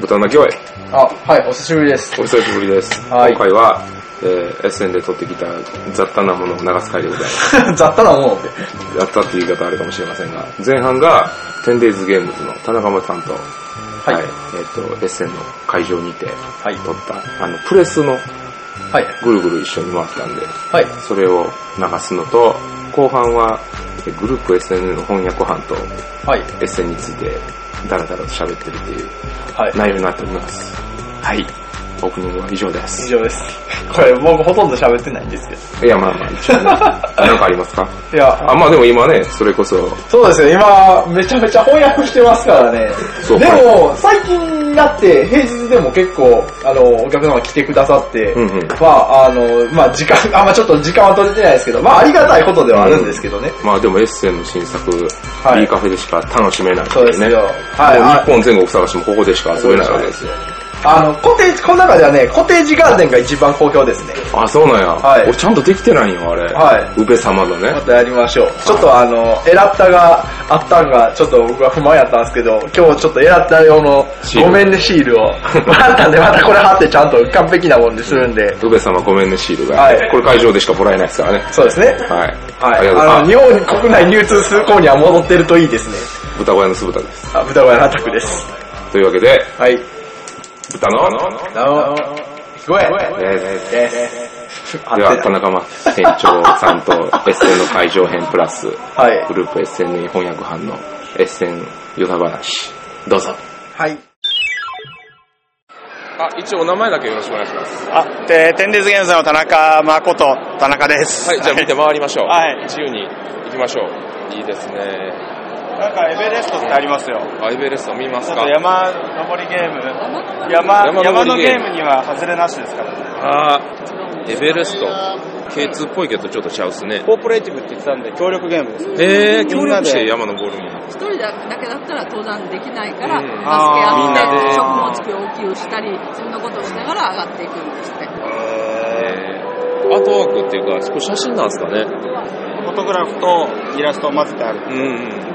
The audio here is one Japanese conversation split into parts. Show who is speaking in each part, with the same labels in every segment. Speaker 1: 豚の鳴き声、
Speaker 2: あ、はい、お久しぶりです。
Speaker 1: お久しぶりです。
Speaker 2: はい
Speaker 1: 今回は、えー、エッセンで撮ってきた雑多なものを流す回でございます。
Speaker 2: 雑多なものって。
Speaker 1: 雑多っていう言い方あるかもしれませんが、前半が、テンデイズゲームズの田中間さんと、
Speaker 2: はい
Speaker 1: えっ、と、エッセンの会場にて
Speaker 2: はい。
Speaker 1: 撮った、あの、プレスの
Speaker 2: はい。
Speaker 1: ぐるぐる一緒に回ったんで、
Speaker 2: はい。
Speaker 1: それを流すのと、後半は、えグループ SN の翻訳班と
Speaker 2: はい。
Speaker 1: エッセンについて、ダラダラと喋ってるっていう
Speaker 2: はい。
Speaker 1: 内容になっております。はい。オープニングは以上です
Speaker 2: 以。上です。これ僕ほとんど喋ってないんですけ
Speaker 1: いや、まあまあ、 一応ねなんかありますか
Speaker 2: ど。いや、
Speaker 1: あ、まあでも今ね、それこそ、
Speaker 2: そうですね、今、めちゃめちゃ翻訳してますからね。
Speaker 1: そう
Speaker 2: でも、最近だって、平日でも結構、あの、お客様来てくださって、
Speaker 1: うんうん。
Speaker 2: まあ、あの、まあ時間、 あ、まあちょっと時間は取れてないですけど、まあありがたいことではあるんですけどね。
Speaker 1: まあでもエッセンの新作、
Speaker 2: はい
Speaker 1: いいカフェでしか楽しめないって
Speaker 2: そう
Speaker 1: い
Speaker 2: です
Speaker 1: ね。
Speaker 2: よ。
Speaker 1: もう
Speaker 2: はい。あ
Speaker 1: 日本全国探してもここでしか遊べないわけですよ。
Speaker 2: あの、コテージ、この中ではね、コテージガーデンが一番好評ですね。
Speaker 1: あ、そうなんや。
Speaker 2: はい
Speaker 1: 俺ちゃんとできてないよ、あれ。
Speaker 2: は
Speaker 1: 宇部様のね
Speaker 2: ま。たやりましょう。ちょっとあの、エラッタがあったんが、ちょっと僕は不満やったんですけど、今日ちょっとエラッタ用の
Speaker 1: シール
Speaker 2: ごめんねシールを、あったんで、またこれ貼ってちゃんと完璧なもんにするんで、
Speaker 1: 宇部様ごめんねシールが。
Speaker 2: はい
Speaker 1: これ会場でしかもらえないですからね。
Speaker 2: そうですね。
Speaker 1: はい。あ
Speaker 2: は
Speaker 1: りがとう
Speaker 2: い。
Speaker 1: ござい
Speaker 2: あ
Speaker 1: ま
Speaker 2: の、
Speaker 1: す
Speaker 2: 日本国内流通する頃には戻ってるといいですね。
Speaker 1: あ。豚小屋の酢豚です。
Speaker 2: あ、豚小屋のアタックです。
Speaker 1: というわけで、
Speaker 2: はい。
Speaker 1: 豚の、
Speaker 2: なお、ごえ。
Speaker 1: え
Speaker 2: です。
Speaker 1: ーでは、田中間店長さんとエッセンの会場編プラス、
Speaker 2: はい
Speaker 1: グ。ループ SNE 翻訳班の SN ヨタ話、どうぞ。
Speaker 2: はい。
Speaker 1: あ、一応お名前だけよろしくお願いします。
Speaker 3: あ、で、天立現在の田中誠、田中です。
Speaker 1: はい、じゃあ見て回りましょう。
Speaker 3: はい
Speaker 1: 自由に行きましょう。いいですね。
Speaker 3: なんかエベレストってありますよ。
Speaker 1: アイベレスト見ます
Speaker 3: ちょっ
Speaker 1: か
Speaker 3: と山登りゲーム。山、
Speaker 1: 山登りゲーム
Speaker 3: 山のゲームには外れなしですからね。
Speaker 1: あー、エベレスト。K2 っぽいけどちょっとちゃうっすね。
Speaker 3: コーポレーティブって言ってたんで、協力ゲームです。
Speaker 1: えー、
Speaker 3: み
Speaker 1: 協
Speaker 3: ん
Speaker 1: 力
Speaker 3: なで
Speaker 1: して山登るんや。
Speaker 4: 一人だけだったら登山できないか
Speaker 1: う
Speaker 4: ら、
Speaker 1: ん
Speaker 4: 助け
Speaker 3: あー
Speaker 4: 合って、食物供給したり、そんなことをしながら上がっていくんですって。
Speaker 1: えー、アートワークっていうか、これ写真なんですかね。
Speaker 3: フォトグラフとイラストを混ぜてある。
Speaker 1: うんうん。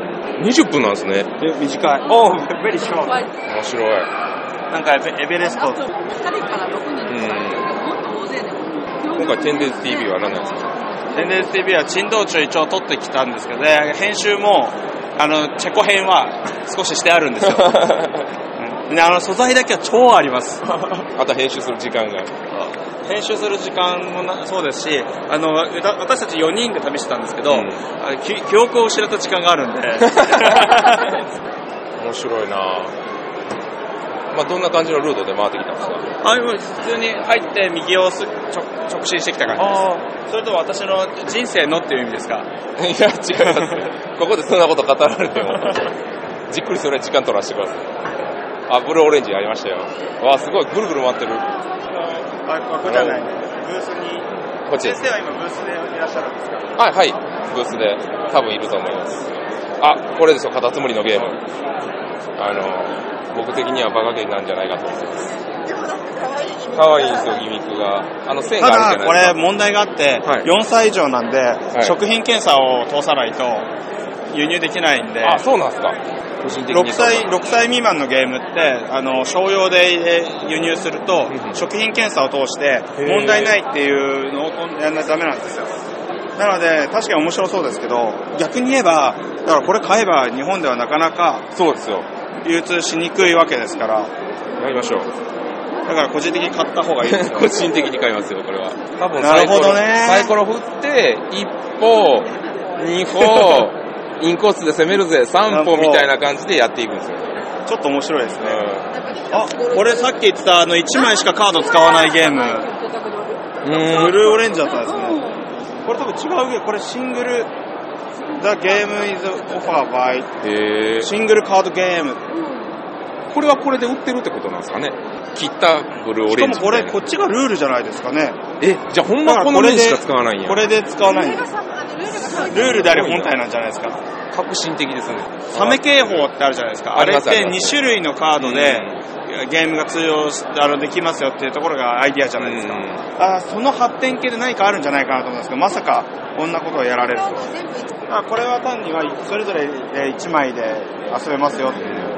Speaker 1: 20分なんですね。
Speaker 3: で短い。おー、ベリーショー。
Speaker 1: 面白い。
Speaker 3: なんかエベエベレス
Speaker 4: あ
Speaker 3: ト
Speaker 4: と、。2人から6人とか、もっと大勢でも。
Speaker 1: 今回、天然 TV は何なんですか
Speaker 3: 天立 TV は珍道中一応撮ってきたんですけどね、編集も、あの、チェコ編は少ししてあるん ですよ。うんであの、素材だけは超あり ます。
Speaker 1: あと編集する時間が。
Speaker 3: 編集する時間もなそうですしあのうた私たち4人で試してたんですけど、
Speaker 1: うん
Speaker 3: あき記憶を失った時間があ るんで
Speaker 1: 面白いなぁ。まあ、どんな感じのルートで回ってきたんですか
Speaker 3: あ今普通に入って右をす直直進してきた感じですそれと私の人生のっていう意味ですか
Speaker 1: いや、違います。ここでそんなこと語られても、じっくりそれは時間取らせてください。あ、ブルーオレンジありましたよ。わあ、すごい、ぐるぐる回ってる。
Speaker 3: あこ
Speaker 1: こじゃない
Speaker 3: ブースに
Speaker 1: こっちです。
Speaker 3: は今ブースでいらっしゃるんですか
Speaker 1: はい、はい。ブースで、多分いると思います。あ、これですよ、カタツムリのゲーム。あの、僕的にはバカゲーなんじゃないかと思ってます。かわいいんですよ、ギミックが。あの、線があ
Speaker 3: た
Speaker 1: るじ
Speaker 3: だ
Speaker 1: ゃ
Speaker 3: こ
Speaker 1: ないですか。
Speaker 3: れ問題があって、
Speaker 1: はい
Speaker 3: 4歳以上なんで、
Speaker 1: い
Speaker 3: 食品検査を通さないと輸入できないんで
Speaker 1: あ、そうなんですか。個人的に。
Speaker 3: 6歳 ,6 歳未満のゲームってあの商用でえー輸入すると
Speaker 1: うんうん
Speaker 3: 食品検査を通して問題ないっていうのをやんないとダメなんですよなので確かに面白そうですけど逆に言えばだからこれ買えば日本ではなかなか
Speaker 1: そうですよ。
Speaker 3: 流通しにくいわけですから
Speaker 1: やりましょう。
Speaker 3: だから個人的に買った方がいいです よ
Speaker 1: 個人的に買いますよ、これは。多分
Speaker 3: なるほどね
Speaker 1: サイコロサイコロ振って、一歩、二歩、インコースで攻めるぜ、三歩
Speaker 3: 三歩
Speaker 1: みたいな感じでやっていくんですよ。
Speaker 3: ちょっと面白いです
Speaker 1: う
Speaker 3: ね
Speaker 1: ん
Speaker 3: あ俺さっき言ってたあの1枚しかカード使わないゲームブルーオレンジだったんですねこれ多分違うゲームこれシングル The game is offered by
Speaker 1: へー
Speaker 3: シングルカードゲーム。
Speaker 1: これはこれで売ってるってことなんですかね。切ったブルーオ
Speaker 3: し
Speaker 1: レ
Speaker 3: か
Speaker 1: ン
Speaker 3: も
Speaker 1: ジみ
Speaker 3: こ
Speaker 1: たい
Speaker 3: れ、
Speaker 1: な。
Speaker 3: こっちがルールじゃないですかね。
Speaker 1: え、じゃあほん
Speaker 3: だか
Speaker 1: ま
Speaker 3: ら
Speaker 1: この面しか使わないんや。
Speaker 3: これで使わないんです。ルールであり本体なんじゃないですか。
Speaker 1: 革新的ですね。
Speaker 3: サメ警報ってあるじゃないですか。
Speaker 1: あ
Speaker 3: あ
Speaker 1: り
Speaker 3: れ
Speaker 1: ま
Speaker 3: っ
Speaker 1: すあ
Speaker 3: て
Speaker 1: りま
Speaker 3: 2
Speaker 1: す
Speaker 3: 種類のカードで
Speaker 1: う
Speaker 3: ゲームが通用しあのできますよっていうところがアイディアじゃないです
Speaker 1: う
Speaker 3: か。
Speaker 1: ん
Speaker 3: あーその発展系で何かあるんじゃないかなと思うんですけど、まさかこんなことをやられるとは。あこれは単にはそれぞれ1枚で遊べますよっていう。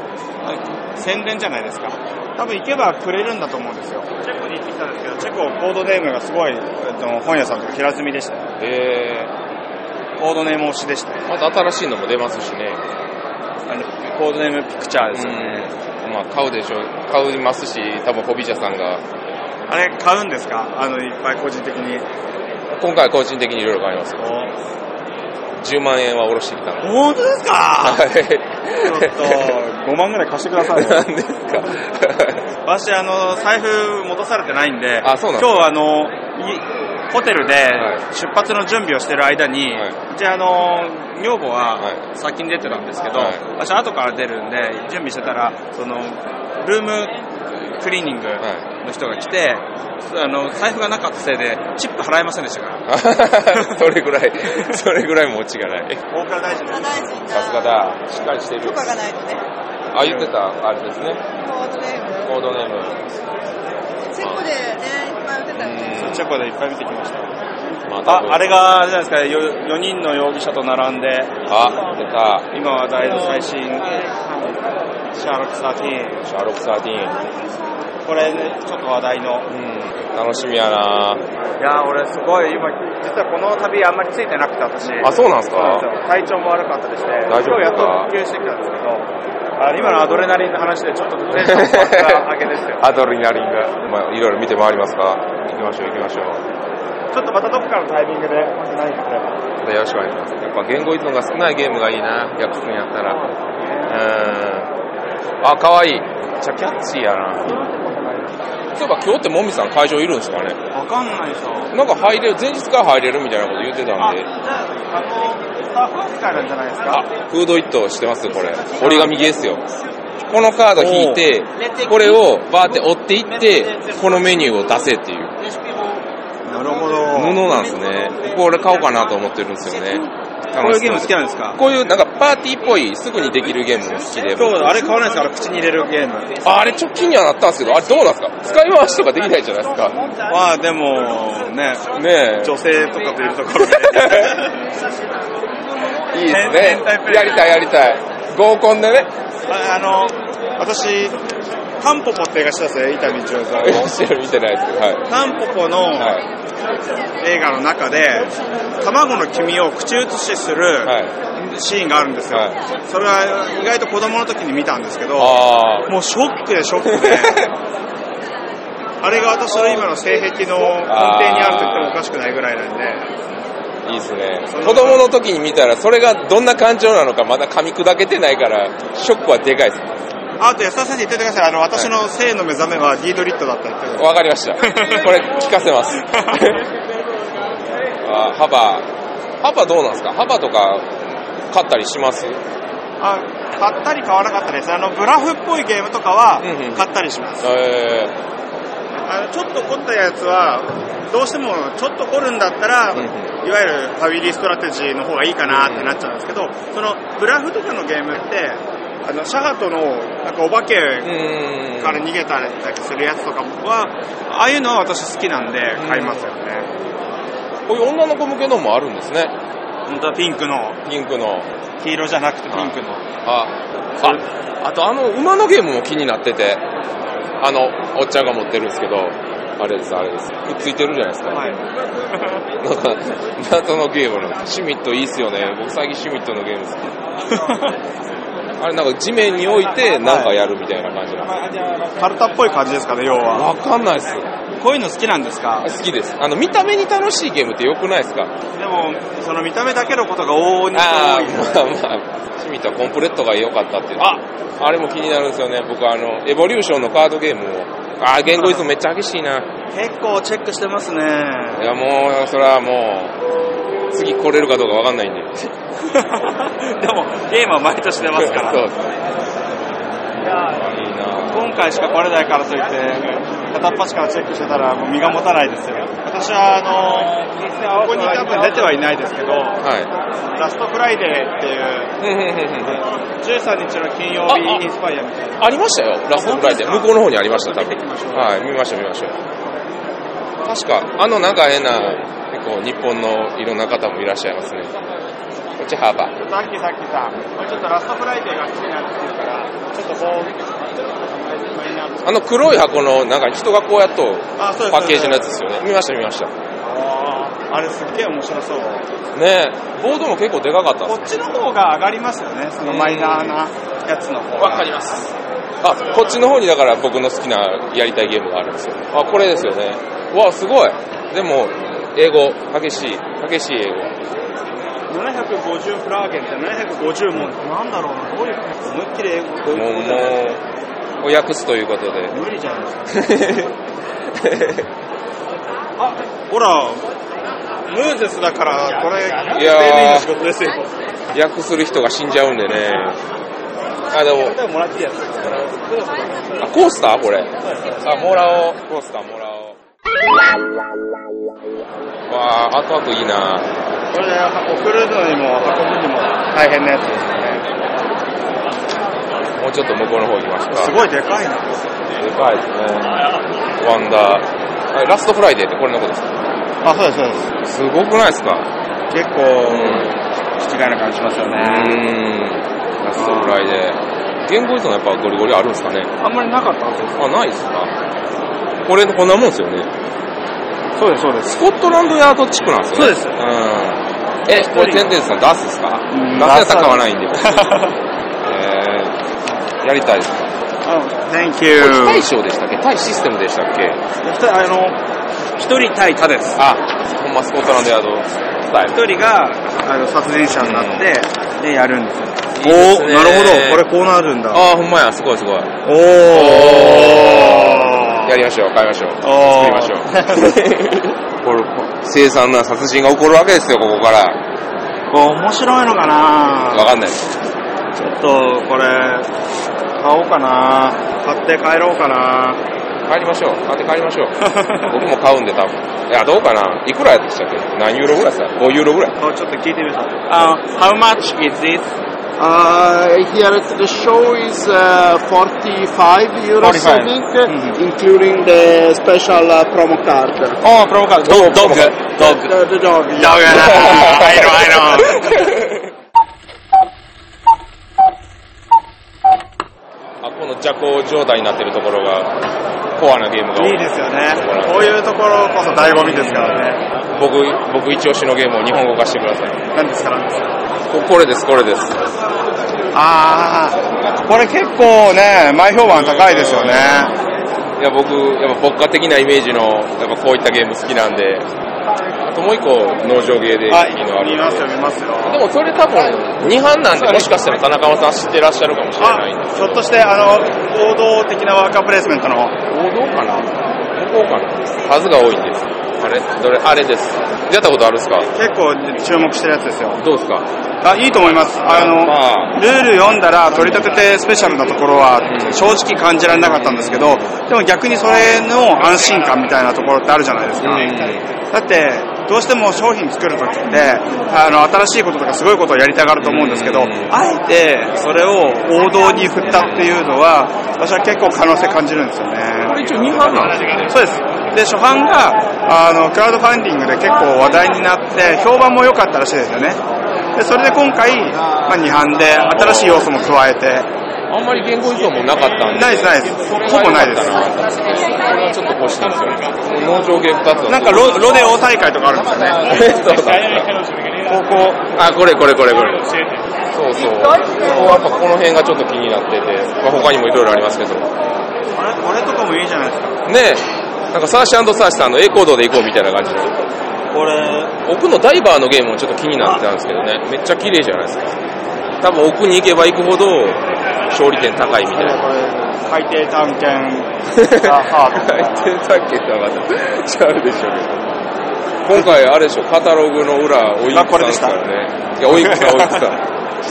Speaker 3: 宣伝じゃないですか。多分行けばくれるんだと思うんですよ。チェコに行ってきたんですけど、チェココードネームがすごい、えっと、本屋さんとか平積みでしたね。
Speaker 1: え
Speaker 3: コードネーム推しでしたね。
Speaker 1: ー、また新しいのも出ますしね。
Speaker 3: あのコードネームピクチャーですよね。
Speaker 1: うん。まあ、買うでしょう。買いますし、多分、ホビジャさんが、
Speaker 3: あれ、買うんですかあの、いっぱい個人的に。
Speaker 1: 今回は個人的にいろいろ買いますよ。10万円は下ろしてきたので。
Speaker 3: 本当ですかちょっと、
Speaker 1: は
Speaker 3: 5万ぐらい貸してくださ。
Speaker 1: い。ないんですか。
Speaker 3: 私、あの、財布戻されてないんで、
Speaker 1: あそうなんです
Speaker 3: 今日、あの、いホテルで
Speaker 1: はい
Speaker 3: 出発の準備をしてる間に、
Speaker 1: はいう
Speaker 3: ち、あの、女房
Speaker 1: は
Speaker 3: は先に出てたんですけど、
Speaker 1: はい
Speaker 3: 私、後から出るんで、準備してたら、その、ルームクリーニング
Speaker 1: は
Speaker 3: の人が来て、あの、財布がなかったせいで、チップ払えませんでしたから。
Speaker 1: それぐらい、それぐらいも落ちがない。
Speaker 3: 大倉大臣
Speaker 4: 大臣が
Speaker 1: さすがだ。しっかりしてる
Speaker 4: 許。可がないとね、
Speaker 1: あ、言ってた、あれですね。
Speaker 4: コードネーム
Speaker 1: コードネーム。
Speaker 4: チェコでね、いっぱい打てたよね。
Speaker 3: チェコでいっぱい見てきました。
Speaker 1: ま多分
Speaker 3: あ、あれ。が、あれじゃないですか、4人の容疑者と並んで、
Speaker 1: あ、出た。
Speaker 3: 今話題の最新、シャーロック13。
Speaker 1: シャーロック13。
Speaker 3: これね、ちょっと話題の。
Speaker 1: うん。楽しみやない
Speaker 3: やー、俺すごい、今、実はこの旅あんまりついてなくて、私。
Speaker 1: あ、そうなんです
Speaker 3: そうなん
Speaker 1: か
Speaker 3: ですよ体調も悪かったりして、
Speaker 1: 大丈夫です
Speaker 3: 今日やっ
Speaker 1: か。
Speaker 3: と復旧してきたんですけど、あの今のアドレナリンの話でちょっとテンション上げ ですよ
Speaker 1: アドレナリンが。まあ、いろいろ見て回りますか行きましょう、行きましょう。
Speaker 3: ちょっとまたどっかのタイミングで、何かね
Speaker 1: よろしくお願いします。やっぱ言語依存が少ないゲームがいいな、ヤックスにやったら。うーん。あ、かわいい。めっちゃキャッチーやな。そういえば今日ってもみさん会場いるんですかね
Speaker 3: わかんないぞ。
Speaker 1: なんか入れる、前日から入れるみたいなこと言ってた
Speaker 3: あ、
Speaker 1: ん
Speaker 3: じ
Speaker 1: で。
Speaker 3: ゃあ、あの、スタッフ扱いなんじゃないですか
Speaker 1: あ、フードイットしてますこれ。折り紙ですよ。このカード引いて、これをバーって折っていって、このメニューを出せっていう。
Speaker 3: なるほど。
Speaker 1: 布なんですね。これ買おうかなと思ってるんですよね。
Speaker 3: こう
Speaker 1: 楽
Speaker 3: い
Speaker 1: し
Speaker 3: うゲー
Speaker 1: そ
Speaker 3: ム好
Speaker 1: う
Speaker 3: きなんですか
Speaker 1: こういうなんかパーティーっぽい、すぐにできるゲームも好きで。
Speaker 3: 今日、あれ買わないですから、口に入れるゲーム。
Speaker 1: ああれ直近にはなったんですけど、あれどうなんですか使い回しとかできないじゃないですか。
Speaker 3: まあでも、ね、
Speaker 1: ね
Speaker 3: 女性とかといるところで。
Speaker 1: え。いいです
Speaker 3: 変態プ
Speaker 1: ね。
Speaker 3: レイ
Speaker 1: やりたいやりたい。合コンでね。
Speaker 3: ああの、私、タンポポって映画したんですよ、伊丹一郎さん。
Speaker 1: 知らん 見てないですけど、はい。
Speaker 3: タンポポの
Speaker 1: は
Speaker 3: 映画の中で、卵の黄身を口移しす
Speaker 1: い。
Speaker 3: る
Speaker 1: はい。
Speaker 3: シーンがあるんですよ
Speaker 1: はい。
Speaker 3: それは意外と子供の時に見たんですけど、
Speaker 1: あ
Speaker 3: もうショックでショック で、あれが私の今の性癖の根底にあると言ってもおかしくないぐらいなんで。
Speaker 1: あ、いいですね。子供の時に見たら、それがどんな感情なのかまだ噛み砕けてないから、ショックはでかいです。
Speaker 3: あと安田先生言っておいてください。あの、私の性の目覚めはディードリットだったって言ってくだ
Speaker 1: わかりま した。これ聞かせます。 あ幅、幅どうなんですか幅とか買ったりします
Speaker 3: さい。あ、買ったり買わなかったです。あの、ブラフっぽいゲームとかは
Speaker 1: うんうん
Speaker 3: 買ったりします。
Speaker 1: え
Speaker 3: あの、ちょっと凝ったやつは、どうしてもちょっと凝るんだったら、
Speaker 1: うん
Speaker 3: いわゆるファミリーストラテジーの方がいいかなってなっちゃうんですけど、そのブラフとかのゲームって、あの、シャハトの、なんかお化け
Speaker 1: ー、うーん。
Speaker 3: から逃げたりするやつとかは、ああいうのは私好きなんで買いますよね。
Speaker 1: こういう女の子向けのもあるんですね。
Speaker 3: 本当はピンクの、
Speaker 1: ピンクの。
Speaker 3: 黄色じゃなくてピンクの。
Speaker 1: あ、あ、あとあの馬のゲームも気になってて、あの、おっちゃんが持ってるんですけど、あれです、あれです。くっついてるじゃないですか。
Speaker 3: はい。
Speaker 1: なんか、謎のゲームの。シュミットいいっすよね。僕最近シュミットのゲーム好 き。あれなんか地面に置いてなんかやるみたいな感じなんで
Speaker 3: カルタっぽい感じですかね、要
Speaker 1: す。
Speaker 3: は。
Speaker 1: わかんないっす。
Speaker 3: こういうの好きなんですか
Speaker 1: 好きです。あの、見た目に楽しいゲームって良くないですか
Speaker 3: でも、その見た目だけのことが往々に
Speaker 1: ああ、
Speaker 3: して多い。
Speaker 1: まあまあ、シュミットはコンプレットが良かったっていう。ああれも気になるんですよね。僕あの、エボリューションのカードゲームを。ああ、言語依存めっちゃ激しいな。
Speaker 3: 結構チェックしてますね。
Speaker 1: いやもう、それはもう、次来れるかどうかわかんないんで。
Speaker 3: でも、ゲームは毎年出ますから。
Speaker 1: そう
Speaker 3: い
Speaker 1: ですね。
Speaker 3: や
Speaker 1: いいな
Speaker 3: 今回しか来れないからといって、片っ端からチェックしてたらもう身が持たないですよ。私は、あの、ここに多分出てはいないですけど、
Speaker 1: は
Speaker 3: ラストフライデーっていう、
Speaker 1: い。ふんふんふんふん
Speaker 3: 13日の金曜日インスパイアみたいな。
Speaker 1: ありましたよ、ラストフライデー。
Speaker 3: あ
Speaker 1: 向
Speaker 3: 本当ですか
Speaker 1: こうの方にありました、多分。
Speaker 3: 見てきましょう
Speaker 1: はい、見ましょう、見ましょう。確か、あのなんか変な、結構日本のいろんな方もいらっしゃいますね。こっちハーバー。
Speaker 3: さっきさっきさ、ちょっとラストフライデーが好きなんですから、ちょっとこう、
Speaker 5: あの黒い箱の、なんか人がこうやっと、
Speaker 3: あ、そうです。
Speaker 5: パッケージのやつ
Speaker 3: そう
Speaker 5: ですよね。見ました、見ました。ね
Speaker 3: ですあーあれすっげえ面白そう。
Speaker 5: え、ボードも結構でかかったんです
Speaker 3: こっちの方が上がりますよね、そのマイナーなやつの方が。
Speaker 5: わかります。あ、こっちの方にだから僕の好きなやりたいゲームがあるんですよ。あ、これですよね。わあ、すごい。でも、英語、激しい、激しい英語。
Speaker 3: 750フラーゲンって750も、なんだろうな、どういう、思いっきり英語、どう
Speaker 5: も、
Speaker 3: いううことじゃない
Speaker 5: もう、を訳すということで。
Speaker 3: 無理じゃないですか。 あ、ほら、ムーゼスだから、これ、
Speaker 5: いやー
Speaker 3: の仕事ですよ。
Speaker 5: 訳する人が死んじゃうんでね。あ、でも、
Speaker 3: もらっていいやつ。
Speaker 5: あ、コースターこれ。あ、もらおう。コースターもらおう。わあ、後々いいな
Speaker 3: これ、送るのにも運ぶにも大変なやつですね。
Speaker 5: もうちょっと向こうの方行きましょうか。
Speaker 3: すごいでかいな。
Speaker 5: でかいですね。ワンダー。はい、ラストフライデーってこれのことですか
Speaker 3: あ、そうです、そうです。
Speaker 5: すごくないですか
Speaker 3: 結構、気違いな感じしますよ
Speaker 5: うー
Speaker 3: ね。
Speaker 5: ん。ラストフライデー。言語依存やっぱゴリゴリあるんですかね
Speaker 3: あんまりなかったはずで
Speaker 5: あ、ないですかこれ、こんなもんですよね。
Speaker 3: す。そうです、そうです。
Speaker 5: スコットランドヤード地区なんですよね。
Speaker 3: そうです
Speaker 5: ん。え、これ、テンテンさん出すですか
Speaker 3: ん
Speaker 5: 出すやつは買わないんで。えー、やりたいです。
Speaker 3: Thank you.
Speaker 5: 対象でしたっけ対システムでしたっけ
Speaker 3: あの、一人対他です。
Speaker 5: あ、ほんまスコットランドヤードスタイル。
Speaker 3: 一人が、あの、殺人者になって、で、やるんですよ。
Speaker 5: いいですね
Speaker 3: こうなるんだ
Speaker 5: あー、ほんまや、すごいすごい。
Speaker 3: おー
Speaker 5: やりましょう、買いましょう。作
Speaker 3: お
Speaker 5: りま しょう。これ、凄惨な殺人が起こるわけですよ、ここから。
Speaker 3: これ面白いのか
Speaker 5: わ
Speaker 3: な
Speaker 5: かんないです。
Speaker 3: ちょっと、これ、買おうかな買って帰ろうかな
Speaker 5: 帰りましょう。買って帰りましょ う。僕も買うんで、多分。いや、どうかな。いくらでしたっけ何ユーロぐらいですか ?5 ユーロぐらい。
Speaker 3: こうちょっと聞いてみましょう。あの、How much is this?
Speaker 6: Uh, here at the show is uh, 45 euros, I
Speaker 3: 45.
Speaker 6: think,
Speaker 3: Mhm.
Speaker 6: including the special uh, promo card.
Speaker 3: おー、プロボカード、ドッグ、ドッグ。ドッグ
Speaker 6: The, the dog.
Speaker 3: だよな。入ろう入ろう。
Speaker 5: あ、この蛇行状態になってるところが、コアなゲームが 多
Speaker 3: い
Speaker 5: い
Speaker 3: いですよね。こういうところこそ醍醐味ですからね。
Speaker 5: 僕、僕一押しのゲームを日本語化してください。
Speaker 3: 何ですか、何ですか。
Speaker 5: ここれです、これです。
Speaker 3: あー、これ結構ね、前評判高いですよね。
Speaker 5: いや、僕、やっぱ牧歌的なイメージの、やっぱこういったゲーム好きなんで、あともう一個農場ゲーで
Speaker 3: はい
Speaker 5: いいのあ、る
Speaker 3: 見
Speaker 5: ん
Speaker 3: ます
Speaker 5: で。
Speaker 3: よ、見ますよ。
Speaker 5: でもそれ多分、二班なんで、もしかしたら田中さん知ってらっしゃるかもしれないんで。
Speaker 3: あ、ひょっとして、あの、行動的なワーカープレイスメントの。
Speaker 5: 王道かなここかな数が多いんです。あれどれあれです。出たことあるっすか
Speaker 3: 結構注目してるやつですよ。
Speaker 5: どうっすか
Speaker 3: あ、いいと思います。あの、
Speaker 5: まあ
Speaker 3: ルール読んだら取り立ててスペシャルなところは
Speaker 5: うん
Speaker 3: 正直感じられなかったんですけど、でも逆にそれの安心感みたいなところってあるじゃないですか。だって、どうしても商品作るときって、あの、新しいこととかすごいことをやりたがると思うんですけど、
Speaker 5: うん
Speaker 3: あえてそれを王道に振ったっていうのは、私は結構可能性感じるんですよ
Speaker 5: これ
Speaker 3: ね。
Speaker 5: 一応二班なんですよね。
Speaker 3: そうです。で、初版が、あの、クラウドファンディングで結構話題になって、評判も良かったらしいですよね。で、それで今回、まあ、2版で新しい要素も加えて、
Speaker 5: あんまり言語依存もなかったんで。
Speaker 3: ないです、ないです。ほぼないです。な
Speaker 5: これはちょっと欲しいんですよね。農場ゲーム2つは
Speaker 3: んかロロデオ大会とかあるんですよね。
Speaker 5: そうそう
Speaker 3: 高校。
Speaker 5: あ、これこれこれこれ。そうそう。ここはやっぱこの辺がちょっと気になってて、まあ、他にもいろいろありますけど。
Speaker 3: あれ、これとかもいいじゃないですか。
Speaker 5: ねえ、なんかサーシャサーシさんの A コードで行こうみたいな感じの。
Speaker 3: これ、
Speaker 5: 奥のダイバーのゲームもちょっと気になってたんですけどね、めっちゃ綺麗じゃないですか。多分奥に行けば行くほど勝利点高いみたいな。
Speaker 3: 海底探検ザハード。
Speaker 5: 入ってたっけってなかった。違うでし ょうけど。今回あれでしょ、カタログの裏、おいくさんですからね。いや、おいくさん、おいくさ
Speaker 3: 知っ
Speaker 5: ん。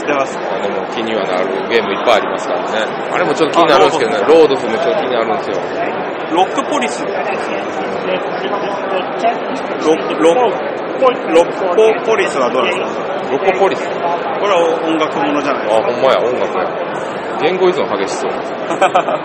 Speaker 3: てます。
Speaker 5: まあでも気にはなるゲームいっぱいありますからね。あれもちょっと気になるんですけどね、ロードスもちょっと気になるんですよ。
Speaker 3: ロックポリス。ロッ、ロッ、ロッポポリスはどうですか
Speaker 5: ロコポリス。
Speaker 3: これは音楽ものじゃない
Speaker 5: あ、
Speaker 3: ですか。
Speaker 5: ほんまや、音楽や。言語依存激し そう。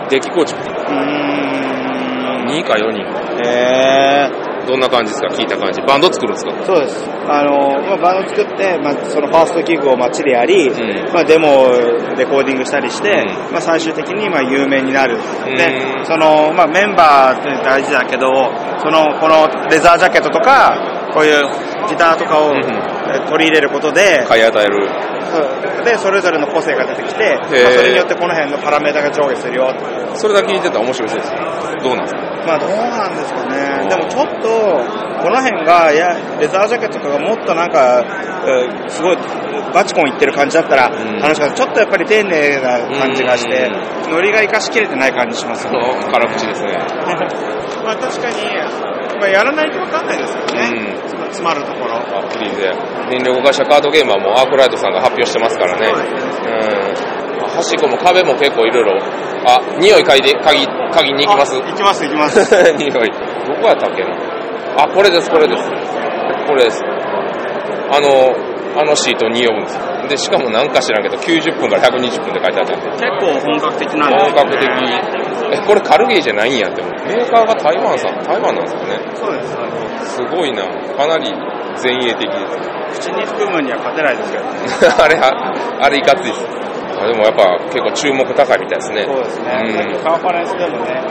Speaker 5: デッキ構築。
Speaker 3: うーん。
Speaker 5: 2か4人。
Speaker 3: えー。
Speaker 5: どんな感じですか聞いた感じ。バンド作るんですか
Speaker 3: そうです。あの、まあ、バンド作って、まあ、そのファーストギグを街でやり、
Speaker 5: ん
Speaker 3: まあ、デモをレコーディングしたりして、
Speaker 5: う
Speaker 3: まあ、最終的に、まあ、有名になる。
Speaker 5: う
Speaker 3: で
Speaker 5: ん、
Speaker 3: その、まあ、メンバーって大事だけど、その、このレザージャケットとか、こういうギターとかを
Speaker 5: うんうん
Speaker 3: え取り入れることで、
Speaker 5: 買い与える。
Speaker 3: そうで、それぞれの個性が出てきて、まあ、それによってこの辺のパラメータが上下するよって
Speaker 5: それだけ聞いてたら面白いですねどうなんですか
Speaker 3: まあどうなんですかね。でもちょっと、この辺が、いや、レザージャケットとかもっとなんか、えーすごい、バチコンいってる感じだったら、
Speaker 5: うん
Speaker 3: 話がちょっとやっぱり丁寧な感じがして
Speaker 5: う、
Speaker 3: ノリが活かしきれてない感じしますよね。
Speaker 5: あの辛口ですね。
Speaker 3: まあ確かに、まあ、やらないとわかんないですよ
Speaker 5: ね
Speaker 3: 詰まるところ。
Speaker 5: アプリで。燃料動かしたカードゲームはもうアークライトさんが発表してますからね。うん。端っこも壁も結構いろいろ。あ、匂い嗅いで、鍵、鍵に行きます。
Speaker 3: 行きます行き ます。
Speaker 5: 匂い。どこやったっけなあ、これです、これです。これです。あの、あのシートに呼ぶんですよで、しかもなんか知らんけど、90分から120分で書いてあったんで。
Speaker 3: 結構本格的な
Speaker 5: 本格的。え、これカルゲーじゃないんやって思う。メーカーが台湾さん、台湾なんですかね。
Speaker 3: そうです。
Speaker 5: すごいな。かなり前衛的です。
Speaker 3: 口に含むには勝てないですけどね。
Speaker 5: あれ、ああれいかついです。あでもやっぱ結構注目高いみたいですね。
Speaker 3: そうですね。カンファレンスでもね、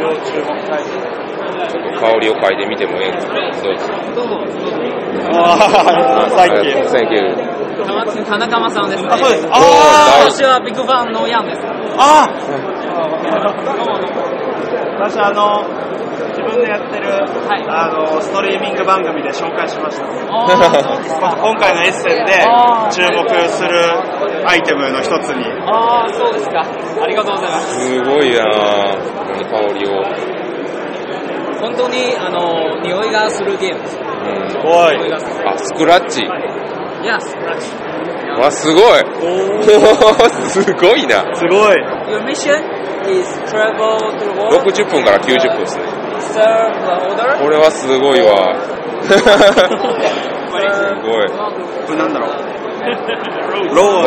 Speaker 3: 要注目対象。
Speaker 5: うん。ちょっと香りを嗅いでみてもええですかどうですか
Speaker 3: ああ、さっき。
Speaker 5: Thank you.
Speaker 4: 私田中間さんですね。
Speaker 3: あ、そうです。
Speaker 5: あ
Speaker 3: あ
Speaker 4: 私はビッグファンのヤ ンです。
Speaker 3: あ、ああ。私、あの、自分でやってる、
Speaker 4: はい
Speaker 3: あの、ストリーミング番組で紹介しました。
Speaker 4: あーそうですか。
Speaker 3: 今回のエッセンで
Speaker 4: あー
Speaker 3: 注目するアイテムの一つに。
Speaker 4: ああ、そうですか。ありがとうございます。
Speaker 5: すごいなぁ。この香りを。
Speaker 4: 本当に、あの、匂いがするゲームです。
Speaker 5: うん
Speaker 3: お
Speaker 4: 匂いがする。
Speaker 5: あ、スクラッチ。
Speaker 4: いや、素晴らしい。
Speaker 5: わ、すごい。 すごいな。
Speaker 3: すごい。
Speaker 4: Your mission is travel to the world,
Speaker 5: 60分から90分ですね。
Speaker 4: serve the order,
Speaker 5: これはすごいわ。す
Speaker 4: serve
Speaker 5: ごい。
Speaker 3: これなんだろう。ロー。
Speaker 5: おー。